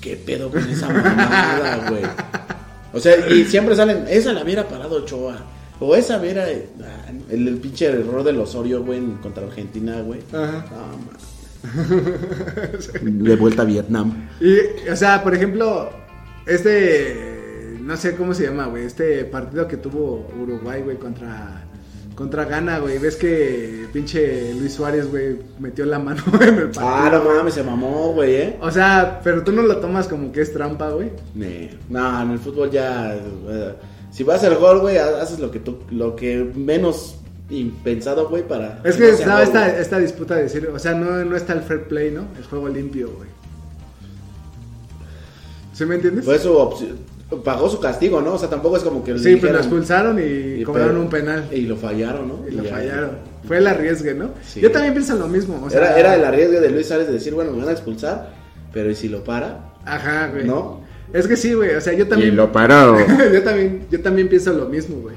¿Qué pedo con esa mamada, güey? O sea, y siempre salen. Esa la hubiera parado Ochoa. O esa hubiera. eh, ah, El, el pinche error del Osorio, güey, en- contra Argentina, güey. Ajá. No, man. De vuelta a Vietnam. Y, o sea, por ejemplo, este. No sé cómo se llama, güey. Este partido que tuvo Uruguay, güey, contra. Contra Ghana, güey. Ves que pinche Luis Suárez, güey, metió la mano <laughs> en el partido. Ah, no mames, se mamó, güey, eh. O sea, pero tú no lo tomas como que es trampa, güey. Ne. No, en el fútbol ya. eh, si vas al gol, güey, ha- haces lo que tú, lo que menos impensado, güey, para. Es que no sea estaba gol, esta, güey. esta disputa de decir, o sea, no, no está el fair play, ¿no? El juego limpio, güey. ¿Sí me entiendes? Fue su opci- Pagó su castigo, ¿no? O sea, tampoco es como que. Pues, le sí, pues dijeran- lo expulsaron y, y cobraron pe- un penal. Y lo fallaron, ¿no? Y lo ya. fallaron. Fue el arriesgue, ¿no? Sí. Yo también pienso lo mismo. O sea, era, era el arriesgue de Luis Suárez de decir, bueno, me van a expulsar, pero ¿y si lo para? Ajá, güey. ¿No? Es que sí, güey. O sea, yo también. paró. <laughs> yo también, yo también pienso lo mismo, güey.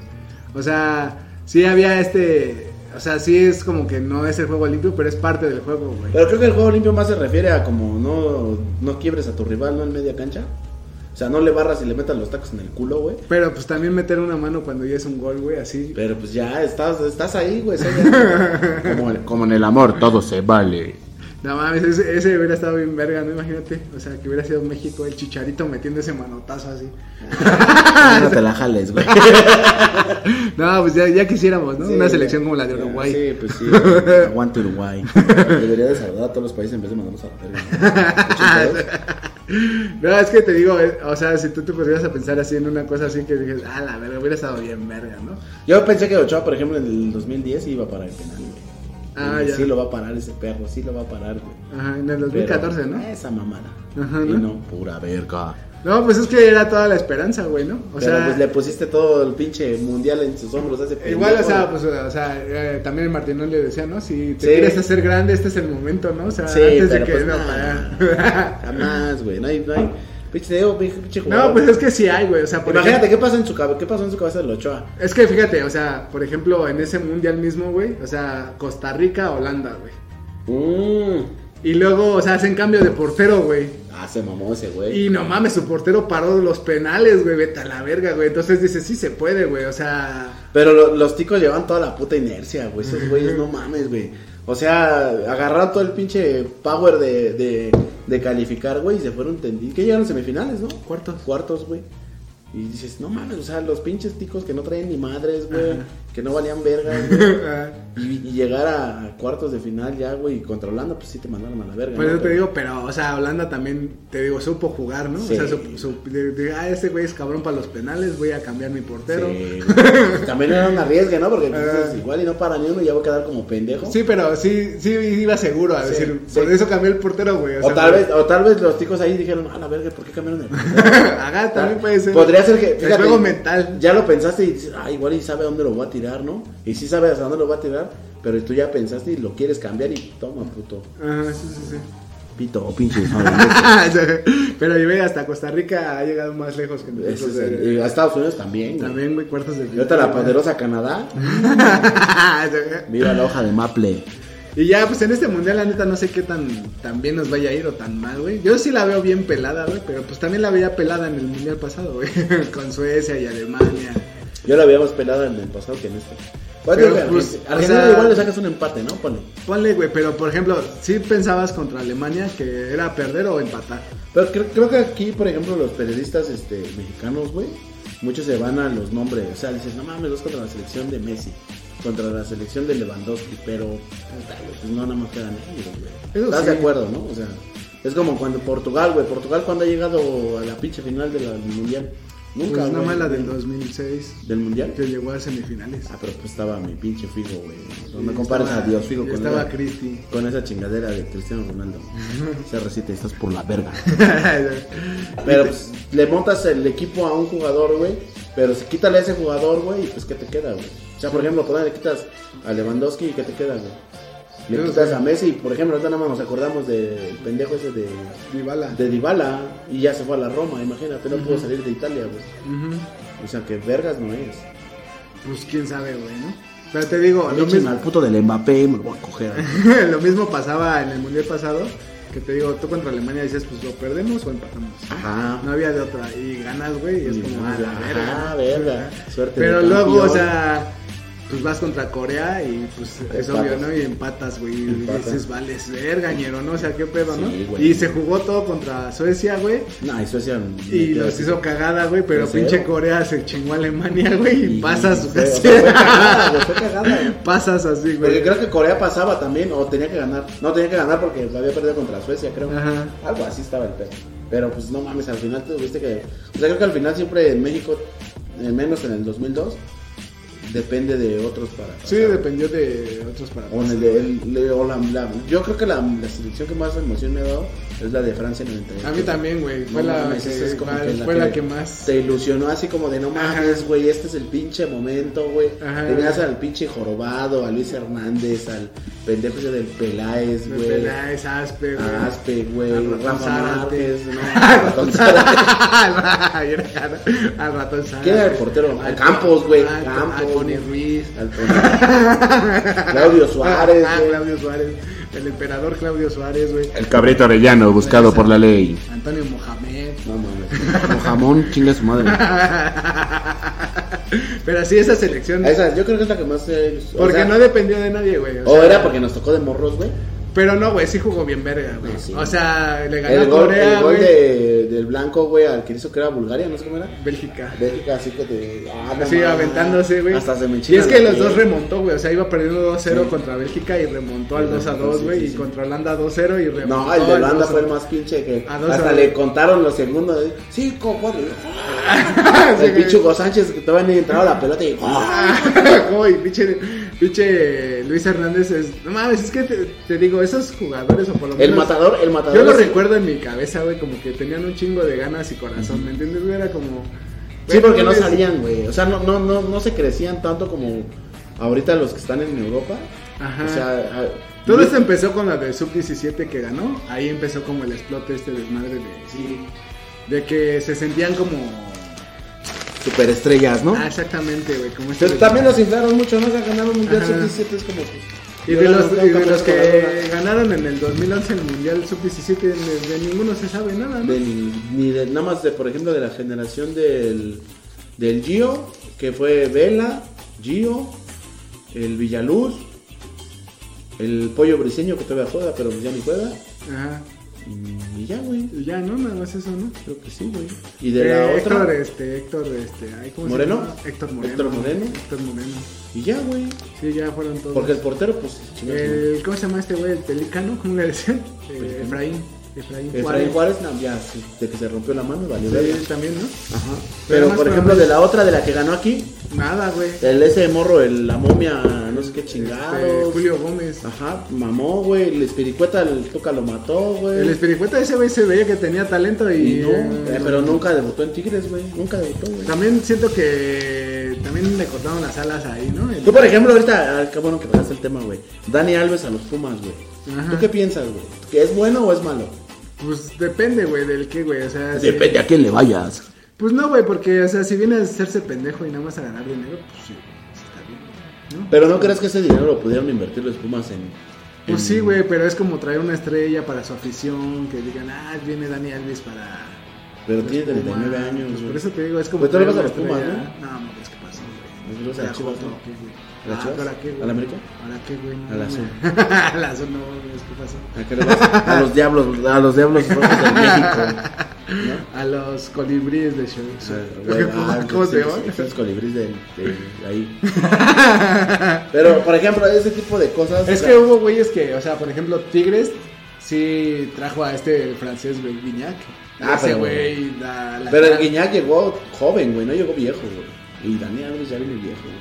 O sea, sí había este. O sea, sí es como que no es el juego limpio, pero es parte del juego, güey. Pero creo que el juego limpio más se refiere a como no, no quiebres a tu rival, ¿no? En media cancha. O sea, no le barras y le metas los tacos en el culo, güey. Pero pues también meter una mano cuando ya es un gol, güey, así. Pero pues ya, estás, estás ahí, güey. <laughs> soy ya- como, el- como en el amor, todo se <laughs> vale. No mames, ese, ese hubiera estado bien verga, ¿no? Imagínate. O sea, que hubiera sido México el chicharito metiendo ese manotazo así. No te la jales, güey. No, pues ya, ya quisiéramos, ¿no? Sí, Una güey. selección como la de Ya, Uruguay. Sí, pues <laughs> sí. güey. Aguante Uruguay. Debería de saludar a todos los países en vez de mandarlos a la verga. <laughs> No, es que te digo, eh, o sea, si tú te pusieras a pensar así en una cosa así que dices, ah, la verga, hubiera estado bien verga, ¿no? Yo pensé que Ochoa, por ejemplo, en el 2010 iba a parar el penal, güey. Ah, Y ya. Sí lo va a parar ese perro, sí lo va a parar, güey. Ajá, en el 2014, Pero, ¿no? Esa mamada. Ajá, Y ¿no? no, pura verga. No, pues es que era toda la esperanza, güey, ¿no? O O sea, sea, pues le pusiste todo el pinche mundial en sus hombros hace Igual, o sea, pues, o sea, eh, también el Martinón le decía, ¿no? Si te Sí. quieres hacer grande, este es el momento, ¿no? O sea, Sí, antes de pero que... pues no, nada. <laughs> para- Jamás, güey. No hay, no hay. Pinche, te digo, pinche jugador. no, pues es que sí hay, güey, o sea, por Imagínate, ejemplo- ¿qué pasa en su cabeza? ¿Qué pasó en su cabeza del Ochoa? Es que fíjate, o sea, por ejemplo, en ese mundial mismo, güey, o sea, Costa Rica, Holanda, güey. Mm. Y luego, o sea, hacen cambio de portero, güey. Ah, se mamó ese güey. Y no mames, su portero paró los penales, güey, vete a la verga, güey. Entonces dices, sí se puede, güey, o sea... <laughs> Pero lo- los ticos llevan toda la puta inercia, güey. Esos güeyes no mames, güey. O sea, agarraron todo el pinche power de, de, de calificar, güey, y se fueron tendidos. Que llegaron semifinales, ¿no? Cuartos. Cuartos, güey. Y dices, no mames, o sea, los pinches ticos que no traen ni madres, güey, que no valían vergas, güey. Y, y llegar a, a cuartos de final ya, güey, y contra Holanda, pues sí te mandaron a la verga. Por ¿no? eso te Pero- digo, pero, o sea, Holanda también, te digo, supo jugar, ¿no? Sí. O sea, su, su- de- de, ah, este güey es cabrón para los penales, voy a cambiar mi portero. Sí. Sí, güey. Pues También era un arriesgue, ¿no? Porque pues, Ah. dices, igual y no para ni uno, ya voy a quedar como pendejo. pero sí, sí iba seguro a Sí, decir, sí. por eso cambié el portero, güey. O tal, vez, o tal vez los ticos ahí dijeron, a la verga, ¿por qué cambiaron el portero?" Ajá, <laughs> también puede ser. Podría ser que. El juego mental. Ya lo pensaste y dices, ah, igual y sabe a dónde lo voy a tirar, ¿no? Y sí sabe hasta dónde lo va a tirar, pero tú ya pensaste y lo quieres cambiar y toma, puto. Ajá, sí, sí, sí. Pito, o pinche. <laughs> pero yo veo, hasta Costa Rica ha llegado más lejos que <laughs> Ese nosotros. es el- y a Estados Unidos también. güey. También, güey, cuartos de Y otra la poderosa Canadá. Mira la hoja de Maple. <laughs> Y ya, pues en este mundial, la neta, no sé qué tan, tan bien nos vaya a ir o tan mal, güey. Yo sí la veo bien pelada, güey, pero pues también la veía pelada en el mundial pasado, güey. <laughs> Con Suecia y Alemania. Yo la habíamos pelado en el pasado que en este. Pero, Argentina- pues, o Argentina sea- igual le sacas un empate, ¿no? Ponle. Ponle, güey, pero por ejemplo, sí pensabas contra Alemania que era perder o empatar. Pero creo, creo que aquí, por ejemplo, los periodistas este, mexicanos, güey, muchos se van a los nombres. O sea, dices, no mames, vas contra la selección de Messi, contra la selección de Lewandowski, pero puta, güey, pues no nada más quedan ellos, güey. Eso ¿Estás sí. de acuerdo, no? O sea, es como cuando Portugal, güey, Portugal cuando ha llegado a la pinche final de la- del Mundial. Nunca, pues nada güey. más la del 2006, ¿Del Mundial? que llegó a semifinales. Ah, pero pues estaba mi pinche Figo, güey. No me Y compares estaba- a Dios, Figo, y con Estaba esa- <laughs> <laughs> Cristi. con esa chingadera de Cristiano <laughs> Ronaldo. Se recita, estás por la verga. Pero pues, le montas el equipo a un jugador, güey. Pero si quítale a ese jugador, güey, pues ¿qué te queda, güey? O sea, por ejemplo, pues, le quitas a Lewandowski y ¿qué te queda, güey? Le Yo quitas sé. a Messi y, por ejemplo, ahorita nada más nos acordamos del pendejo ese de, Dybala. de Dybala y ya se fue a la Roma, imagínate, no pudo salir de Italia, güey. Ujú. O sea, que vergas no es. Pues quién sabe, güey, ¿no? Pero te digo, lo Echen mismo, al puto del Mbappé me lo voy a coger. <laughs> lo mismo pasaba en el mundial pasado. Que te digo, tú contra Alemania dices, pues lo perdemos o empatamos. Ajá. No había de otra. Y ganas, güey, y es Y como, ah, ganas, la ajá, verga. verga. Suerte de Pero luego, campeón. o sea, pues vas contra Corea y pues Empatas. es obvio, ¿no? Y empatas, güey. Y Empatas. dices, vales vergañero, ¿no? O sea, qué pedo, ¿no? Sí, güey. y se jugó todo contra Suecia, güey. Nah, y Suecia. Y los hizo cagada, güey, pero Tercero. pinche Corea se chingó a Alemania, güey, y, pasas, fue- güey. o sea, fue cagada, güey, fue cagada, güey. <laughs> pasas así, Porque güey. creo que Corea pasaba también, o tenía que ganar. No, tenía que ganar porque había perdido contra Suecia, creo. Ajá. Algo así estaba el pedo. Pero pues no mames, al final te tuviste que. O sea, creo que al final siempre en México, eh, menos en el 2002, depende de otros para. Sí, pasar. dependió de otros O, en parámetros. el de- el- le- o la, la- yo creo que la, la selección que más emoción me ha dado es la de Francia en el 92. A mí también, güey. Fue, No la, mames, que, esa es como igual, la fue la que más. Te ilusionó así como de no mames, Ajá. güey, este es el pinche momento, güey. Ajá. Tenías al pinche jorobado, a Luis Hernández, al pendejo ese del Peláez, Me güey. pelea esa aspe, güey. A Aspe, güey. Al ratón Rafa Zárate. Márquez, no. <laughs> al ratón Zárate. Al ratón Zárate. <laughs> ¿Quién era el portero? Al Campos, güey. Al- Campos, Al Connie güey. Ruiz. <laughs> Al Claudio Suárez, Ah, güey. Claudio Suárez. El emperador Claudio Suárez, güey. El cabrito arellano, buscado por la ley. Antonio Mohamed. <laughs> No mames. Como jamón, chinga su madre. Pero así esa selección. Esa, yo creo que es la que más. eh, o Porque sea, no dependió de nadie, güey. O era porque nos tocó de morros, güey. Pero no, güey, sí jugó bien verga, güey. Oh. Ah, sí. O sea, le ganó El a gol, Corea, el gol güey. de- del blanco, güey, al que hizo que era Bulgaria, no sé cómo era. Bélgica. Bélgica, así que te. ah, no Sí, mames. aventándose, güey. Hasta se me Y enchina es que la los piel. dos remontó, güey. O sea, iba perdiendo 2-0 Sí. contra Bélgica y remontó al Sí, 2-2, sí, güey. sí, y sí. contra Holanda 2-0 y remontó. No, el de al Holanda <laughs> fue el 2-1. más pinche que. A dos Hasta a- le contaron los segundos. ¿eh? Cinco, cuatro. Ah, Sí, El güey. <laughs> Ah, pinche Hugo Sánchez que todavía ni entraba la pelota y. Uy, pinche, pinche Luis Hernández es. No mames, es que te, te digo, esos jugadores o por lo menos. El matador, el matador. Yo lo es- recuerdo en mi cabeza, güey, como que tenían un chingo de ganas y corazón, ¿me entiendes? güey? Era como. Sí, güey, porque no mames. salían, güey. O sea, no, no, no, no se crecían tanto como ahorita los que están en Europa. Ajá. O sea, a- Todo este esto empezó con la del Sub-17 que ganó. Ahí empezó como el explote este desmadre de. sí, De que se sentían como. superestrellas, ¿no? Ah, exactamente, güey. Como este Pero también los inflaron mucho, ¿no? Se ganaron un mundial Ajá. sub-17, es como. pues, Y yo de no los, tengo y de los campeonato con la que Lola. ganaron en el 2011 el Mundial Sub-17, de, de ninguno se sabe nada, ¿no? De ni, ni de- nada más de, por ejemplo, de la generación del, del Gio, que fue Vela, Gio, el Villaluz, el Pollo Briseño, que todavía juega, pero ya ni juega. Ajá. Y ya, güey. Y ya, ¿no? Nada más eso, ¿no? Creo que sí, güey. Y de la Eh, otra. Héctor, este, Héctor, este, ay, ¿cómo se ¿Moreno? llama? Héctor Moreno. Héctor Moreno. Héctor Moreno. Y ya, güey. Sí, ya fueron todos. Porque el portero, pues. chingados, güey. El- ¿Cómo se llama este güey? El Pelicano, ¿cómo le decían? Eh, Efraín. Efraín Efraín Juárez, no, ya, sí, de que se rompió la mano, valió verga. Sí, también, ¿no? Ajá. Pero Pero, más por para ejemplo, más. de la otra, de la que ganó aquí, Nada, güey. el ese morro, el, la momia, no sé qué Este, chingado. Julio Gómez. Ajá, mamó, güey. El espiricueta, el toca lo mató, güey. El espiricueta ese güey se veía que tenía talento Y y. no, eh, eh, pero nunca debutó en Tigres, güey. Nunca debutó, güey. También siento que también le cortaron las alas ahí, ¿no? El- Tú, por ejemplo, ahorita, ah, qué bueno que pasaste el tema, güey. Dani Alves a los Pumas, güey. Ajá. ¿Tú qué piensas, güey? ¿Que es bueno o es malo? Pues depende, güey, del qué, güey. O sea, si- a quién le vayas. Pues no, güey, porque, o sea, si viene a hacerse pendejo y nada más a ganar dinero, pues sí, sí está bien, güey, ¿no? Pero no crees que ese dinero lo pudieron invertir los Pumas en. Pues en- sí, güey, pero es como traer una estrella para su afición, que digan, ah, viene Dani Alves para. Pero los tiene 39 Pumas". años, Pues güey. por eso te digo, es como. Pues tú le vas traer a una los Pumas, estrella. No, no, es que pasó, güey. Pues le vas a Ahora las Chivas, Joto, ¿no? ¿qué, güey? ¿A las Ah, Chivas? ¿Ahora qué, güey? ¿A la América? ¿Ahora qué, güey? No, A la no, Azul. güey. <laughs> A la azul, no, güey, es que pasó. ¿A qué le vas? A los diablos, a los diablos rojos de <laughs> México. A los colibríes de show. <laughs> Ah, ¿Cómo sí, se llama? sí, sí, Los colibríes de, de <laughs> ahí. Pero, por ejemplo, ese tipo de cosas. Es que hubo güeyes que, o sea, por ejemplo, Tigres sí trajo a este francés, güey, Guiñac. Ah, Ese pero- güey da la Pero el cara. Guiñac llegó joven, güey, no llegó viejo, güey. Y Dani Alves ya viene viejo, güey.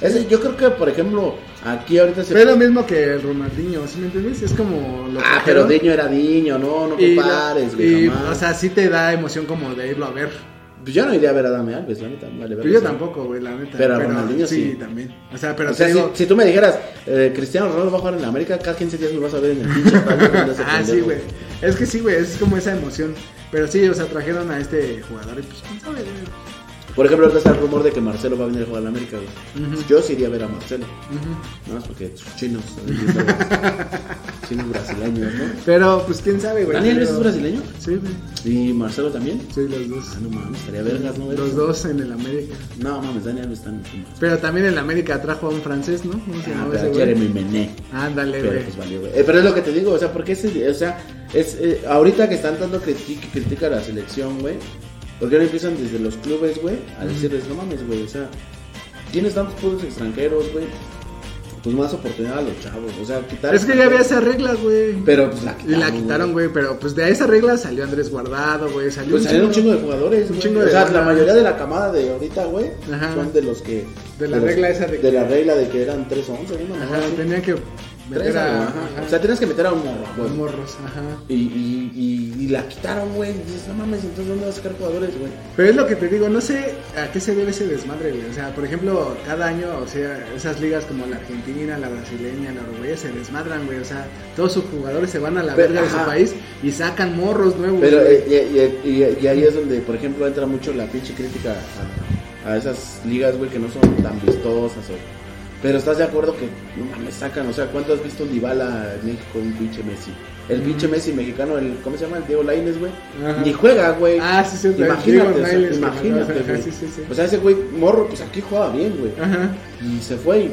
Ese, yo creo que, por ejemplo, aquí ahorita se. Pero es lo mismo que el Ronaldinho, ¿sí me entiendes? Es como lo ah, trajeron pero Diño era Diño, no, no y la- compares, y, güey. O jamás. sea, sí te da emoción como de irlo a ver. Pues yo no iría a ver a Dani Alves, la neta. Vale, Pero verga, Pues yo sí. tampoco, güey, la neta. Pero a Ronaldinho sí. también. O sea, pero o sea, te si, digo- si tú me dijeras, eh, Cristiano Ronaldo va a jugar en la América, cada 15 días lo vas a ver en el pinche estadio viendo ese <laughs> Ah, sí, pendejo. güey. Es que sí, güey, es como esa emoción. Pero sí, o sea, trajeron a este jugador y pues, quién sabe, güey. Por ejemplo, ahorita está el rumor de que Marcelo va a venir a jugar a la América, güey. Ujú. Yo sí iría a ver a Marcelo. Ujú. Nada más porque sus chinos. ¿no? <laughs> chinos brasileños, ¿no? Pero, pues, quién sabe, güey. ¿Daniel Alves Pero- es brasileño? Sí, güey. ¿Y Marcelo también? Sí, los dos. Ah, no mames, estaría vergas, ¿no? Los dos en el América. No mames, Daniel Alves está en Pumas. Pero también en el América trajo a un francés, ¿no? ¿Cómo se Ah, llamaba ese pero güey? Jeremy Mené. Ándale, Pero güey. pues valió, güey. Eh, pero es lo que te digo, o sea, porque ese, o sea, es eh, ahorita que están dando critica, critica a la selección, güey. Porque ahora empiezan desde los clubes, güey, a decirles, no mames, güey, o sea, tienes tantos clubes extranjeros, güey. Pues más oportunidad a los chavos, o sea, quitar. Es que ya había esa regla, güey. Pero pues la Y la quitaron, güey. Pero pues de esa regla salió Andrés Guardado, güey. Salió Pues salieron un chingo de jugadores, un güey. chingo o de sea, banda. la mayoría de la camada de ahorita, güey, Ajá. son de los que. De la los- regla esa de que- De la regla de que eran 3 o 11, ¿no? Ajá, tenían que meter a. ajá, O sea, tienes que meter a un morro, a güey. morros, ajá. Y, y, y, y la quitaron, güey. Y Dices, no mames, entonces ¿dónde vas a sacar jugadores, güey? Pero es lo que te digo, no sé a qué se debe ese desmadre, güey. O sea, por ejemplo, cada año, o sea, esas ligas como la argentina, la brasileña, la uruguaya se desmadran, güey. O sea, todos sus jugadores se van a la Pero, verga de su ajá. país y sacan morros nuevos. Pero güey. eh, y, y- y- y ahí es donde, por ejemplo, entra mucho la pinche crítica a, a esas ligas, güey, que no son tan vistosas o, Pero estás de acuerdo que no mames, sacan, o sea, ¿cuánto has visto un Dybala en México, un pinche Messi? El pinche Messi mexicano, el, ¿cómo se llama? El Diego Lainez, güey. Ajá. Ni juega, güey. Ah, sí, sí, el Imagínate, Diego o sea, Lainez, imagínate, ajá, güey. sí, sí, Ah. sí. O sea, ese güey morro, pues aquí jugaba bien, güey. Ajá. Y se fue y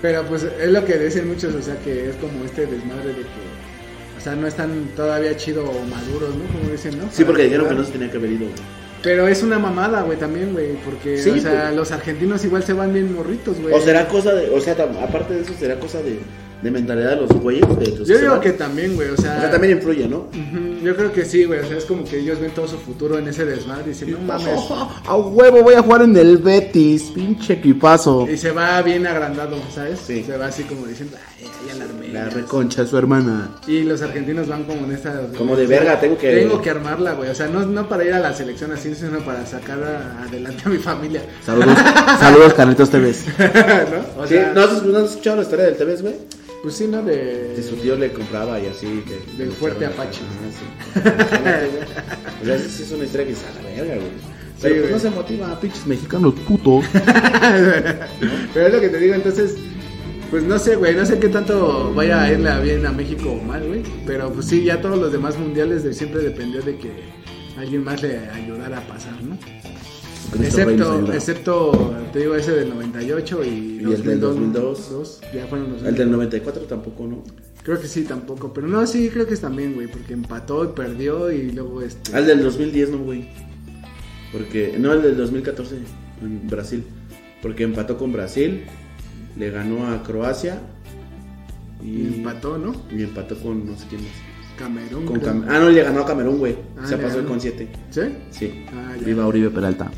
Pero pues es lo que dicen muchos, o sea, que es como este desmadre de que, o sea, no están todavía chido o maduros, ¿no? Como dicen, ¿no? Sí, Para porque dijeron que jugar. no se tenía que haber ido, güey. Pero es una mamada, güey, también, güey, porque, Sí, o sea, güey. los argentinos igual se van bien morritos, güey. O será cosa de, o sea, tam- aparte de eso, será cosa de, de mentalidad de los güeyes. De los Yo se digo van. que también, güey, o sea... O sea, también influye, ¿no? Ujú, Yo creo que sí, güey, o sea, es como que ellos ven todo su futuro en ese desmadre <laughs> y dicen, no mames. <laughs> a huevo, voy a jugar en el Betis, pinche equipazo. Y se va bien agrandado, ¿sabes? Sí. Se va así como diciendo, ay, ya, ya la armé. La reconcha, su hermana. Y los argentinos van como en esta... Como de verga, tengo que- Tengo que armarla, güey. O sea, no, no para ir a la selección así, sino para sacar a- adelante a mi familia. <laughs> Saludos, <laughs> saludos, Carlitos Tevez. ¿No? O Sí, sea, ¿no, has, no has escuchado la historia del Tevez, güey? Pues sí, ¿no? De... Que su tío le compraba y así. Que, Del fuerte Apache. Ajá, sí. O sea, sí es una historia que está a la verga, güey. Pero pues güey. no se motiva, pinches mexicanos. <laughs> Pero es lo que te digo, entonces... Pues no sé, güey, no sé qué tanto vaya a irle a bien a México o mal, güey. Pero pues sí, ya todos los demás mundiales de siempre dependió de que alguien más le ayudara a pasar, ¿no? Excepto, excepto, te digo, ese del 98 y, Y el del 2002. dos, ya fueron los El del 94 tampoco, ¿no? Creo que sí, tampoco. Pero no, sí, creo que es también, güey. Porque empató y perdió y luego este. Al del 2010 no, güey. Porque. No, el del 2014 en Brasil. Porque empató con Brasil, le ganó a Croacia y y, empató, ¿no? y empató con no sé quién más. Camerún. Con creo. Cam- ah, no, le ganó a Camerún, güey. Ah, Se le pasó ganó. con 7. ¿Sí? Sí. Ah, ya. Uribe Peralta.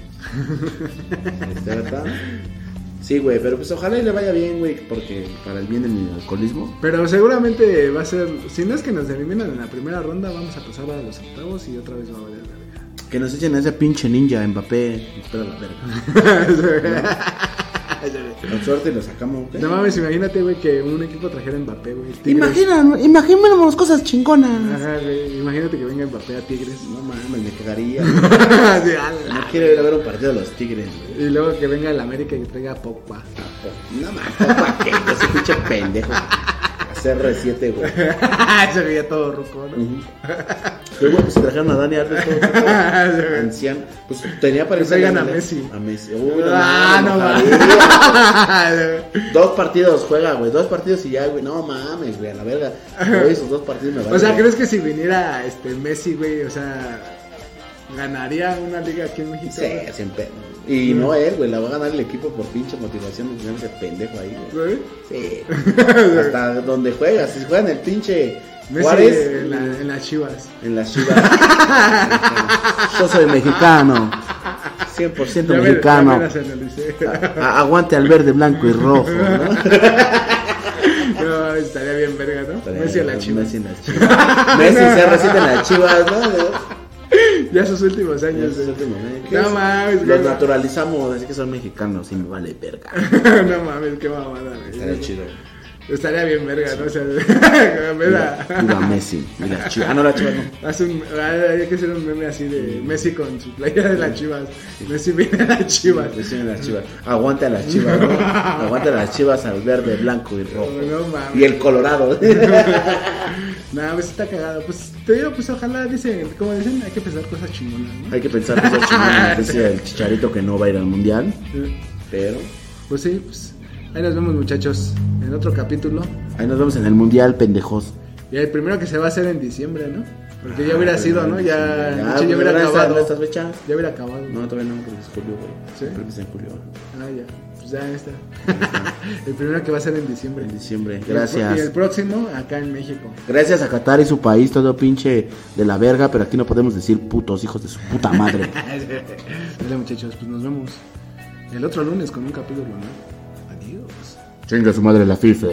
Sí, güey, pero pues ojalá y le vaya bien, güey, porque para el bien de mi alcoholismo. Pero seguramente va a ser. Si no es que nos eliminan en la primera ronda, vamos a pasar a los octavos y otra vez va a valer la verga. Que nos echen a ese pinche ninja Mbappé. Espera la verga. <laughs> Con suerte lo sacamos, ¿ok? No mames, imagínate, güey, que un equipo trajera a Mbappé, güey. Tigres. Imagina, imaginémonos cosas chingonas. Ajá, güey, Imagínate que venga Mbappé a Tigres. <laughs> No mames, me cagaría. Sí, ala. No quiero ir a ver un partido de los Tigres, güey. y luego que venga el América y que traiga a Pogba. <laughs> No mames, ¿para qué? No se pinche pendejo. CR7, güey. Se veía todo ruco, ¿no? Ujú. Qué bueno que se trajeron a Dani Alves <laughs> todo, todo anciano. Pues tenía para Que irse traigan ganarle a Messi. A Messi. Uy, no, Ah, no mames, mames. ojalá. Ah, Dos partidos juega, güey. Dos partidos y ya, güey. No mames, güey. A la verga. Güey, esos dos partidos me van <laughs> o sea, ¿crees que si viniera este Messi, güey, o sea, ganaría una liga aquí en México? Sí, siempre. Y no él, güey. La va a ganar el equipo por pinche motivación. de tener ese pendejo ahí, güey. güey? <laughs> Sí. Hasta donde juega. Si juega en el pinche Messi Juárez. en, la- en las Chivas. En la <laughs> ciudad. Yo soy mexicano. 100% Ya me- ya me las analicé. <laughs> aguante al verde, blanco y rojo. ¿no? No, estaría bien verga, ¿no? Messi en las Chivas. Messi en las chivas. Messi se resiste en las chivas, ¿no? Ya sus últimos años. güey. No mames, Los güey. naturalizamos, así que son mexicanos y me vale verga. <laughs> no mames, qué mamada, güey. Estaría chido. Estaría bien verga, ¿no? O sea, <laughs> ver a- <laughs> Viva Messi y las chivas. Ah, no, las chivas no. Haz un, ah, hay que hacer un meme así de Messi con su playera de las chivas. Messi viene a las chivas. Messi en las chivas. Aguante a las chivas, ¿no? Aguante a las chivas al verde, blanco y rojo. No mames. Y el <laughs> colorado. Nada, pues está cagado. Pues te digo, pues ojalá, dicen, como dicen, hay que pensar cosas chingonas, ¿no? Hay que pensar cosas chingonas, decía el chicharito que no va a ir al mundial, pero Eh, Pues sí, pues ahí nos vemos, muchachos, en otro capítulo. ahí nos vemos en el mundial, pendejos. Y el primero que se va a hacer en diciembre, ¿no? Porque ya hubiera sido, ¿no? Ya, Ah, de hecho, ya pues, hubiera ¿verdad? ¿Están acabado. estas fechas? Ya hubiera acabado. No, todavía no, porque es julio, güey. ¿Sí? Creo que es en julio. Ah, ya. Pues ya está. <laughs> el primero que va a ser en diciembre. En diciembre. Y el Gracias. próximo acá en México. <laughs> Gracias a Qatar y su país, todo pinche de la verga, pero aquí no podemos decir putos hijos de su puta madre. Dale muchachos, pues nos vemos el otro lunes con un capítulo, ¿no? Adiós. Chinga su madre la FIFA.